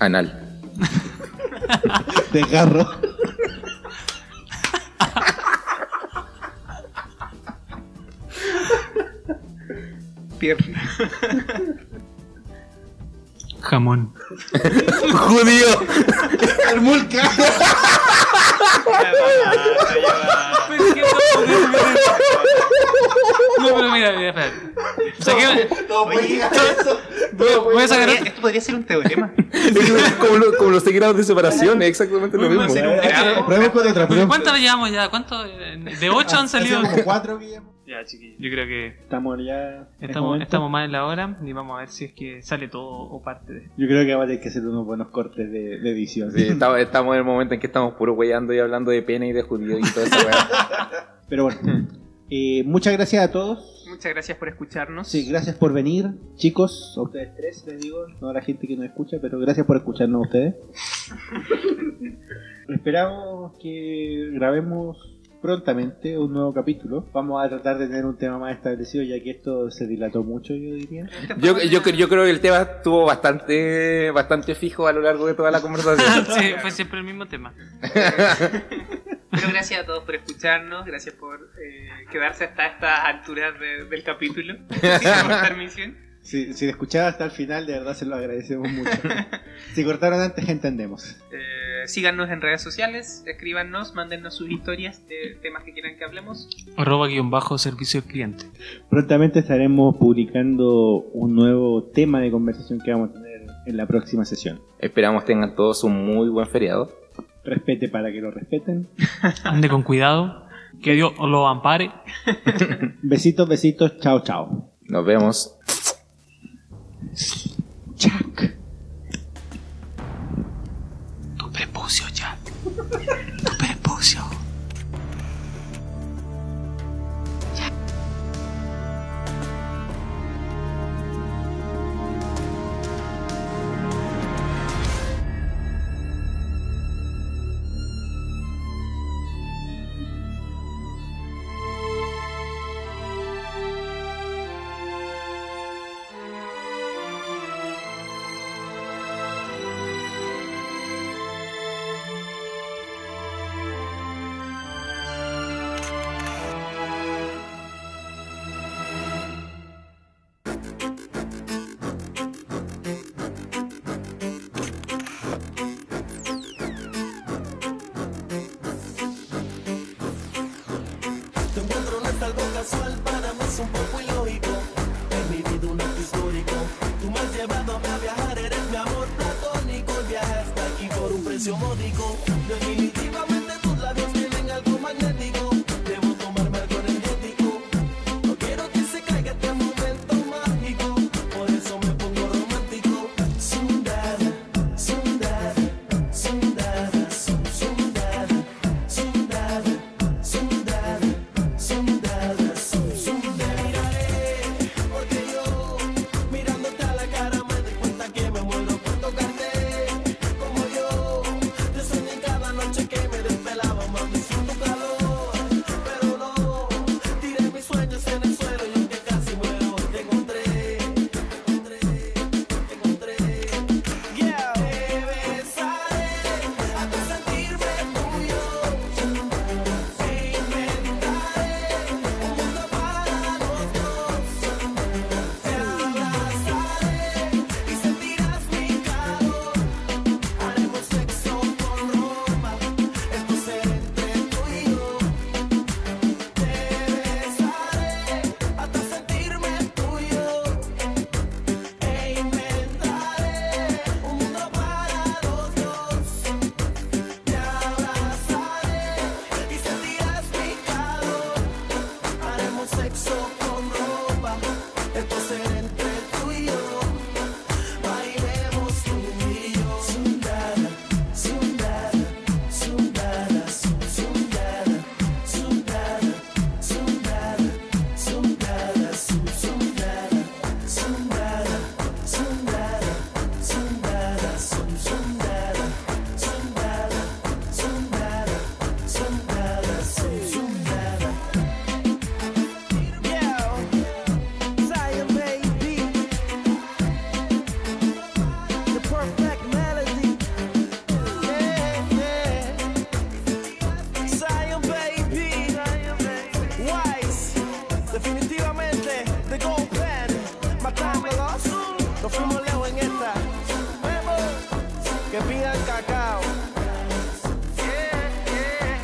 E: anal.
B: De garro.
D: Pierna.
C: Jamón.
E: Judío.
B: ¡El mulca!
D: Ya va, ya va.
C: Pues, No, pero mira, mira, espera. Saqué- voy a sacar
D: Podría-
C: otro-
D: Esto podría ser un teorema.
E: como, lo- como los seis grados de separación, es exactamente lo mismo.
D: Ser un grafo.
B: Probemos con otra,
C: ¿Pero
B: probemos.
C: ¿Cuántas llevamos ya? ¿Cuánto? eh, De 8 han salido.
B: Hacemos como cuatro, Guillermo.
C: Ya, chiquillos. Yo creo que
B: Estamos ya. en este
C: estamos,
B: momento.
C: estamos más en la hora y vamos a ver si es que sale todo o parte de
B: Yo creo que va a tener que hacer unos buenos cortes de, de edición.
E: Sí, estamos, estamos en el momento en que estamos puro weyando y hablando de pene y de judío y todo eso. wea.
B: Pero bueno, eh, muchas gracias a todos.
D: Muchas gracias por escucharnos.
B: Sí, gracias por venir, chicos. A ustedes tres, les digo, no a la gente que nos escucha, pero gracias por escucharnos a ustedes. Esperamos que grabemos prontamente un nuevo capítulo. Vamos a tratar de tener un tema más establecido, ya que esto se dilató mucho, yo diría.
E: Yo, yo, cre- yo creo que el tema estuvo bastante, bastante fijo a lo largo de toda la conversación.
C: Sí, fue siempre el mismo tema.
D: Pero gracias a todos por escucharnos, gracias por eh, quedarse hasta estas alturas de- del capítulo. Sin cortar misión.
B: Si, si lo escucharon hasta el final, de verdad se lo agradecemos mucho. si cortaron antes, entendemos.
D: Eh,
G: eh, síganos en redes sociales, escríbanos, mándennos sus historias de temas que quieran que hablemos.
C: Arroba guión bajo servicio al cliente.
B: Prontamente estaremos publicando un nuevo tema de conversación que vamos a tener en la próxima sesión.
E: Esperamos tengan todos un muy buen feriado.
B: Respete para que lo respeten.
C: Ande con cuidado. Que Dios lo ampare.
B: Besitos, besitos, chao, chao.
E: Nos vemos.
H: Tu prepucio, Jack. Tu prepucio.
I: Te encuentro en esta algo casual, para mí es un poco ilógico. He vivido un acto histórico. Tú me has llevado a viajar, eres mi amor platónico. El viaje hasta aquí por un precio módico. Definitivamente tus labios tienen algo magnético. Debo tomarme algo energético. No quiero que se caiga este momento mágico. Por eso me pongo romántico. Sundar, sundar, sundar, sundar, sundar, sundar. Sundada, su- su- te miraré, porque yo mirándote a la cara me doy cuenta que me muero por tocarte. Como yo, te soñé cada noche que me desvelaba, mami, sin tu calor. Pero no, tiré mis sueños en el suelo y aunque casi muero, te encontré, te encontré, te encontré. Yeah. Te besaré hasta sentirme tuyo. Te inventaré un mundo para los dos. Te abrazaré y sentirás mi calor. Haremos sexo con ropa. Esto será entre tú y yo. Te besaré hasta sentirme tuyo. E inventaré un mundo para los dos. Te abrazaré y sentirás mi calor. Haremos sexo con ropa. Esto será entre tú y yo. Bailemos tú y yo. Sundada, sundada, sundada, sundada, sundada, sundada, sundada, sundada. Sundada, sundada, sundada, sun- sundada, sundada, sundada, sundada, sun- sundada. Yeah, Zion baby, the perfect melody. Yeah, yeah. Zion baby, wise. Definitivamente, The Gold Pen, matándolos. Nos fuimos lejos en esta. Vemos que pidan cacao. Eh, Yeah, yeah.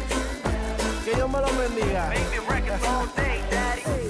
I: Que Dios me los bendiga. Make me records all day, daddy.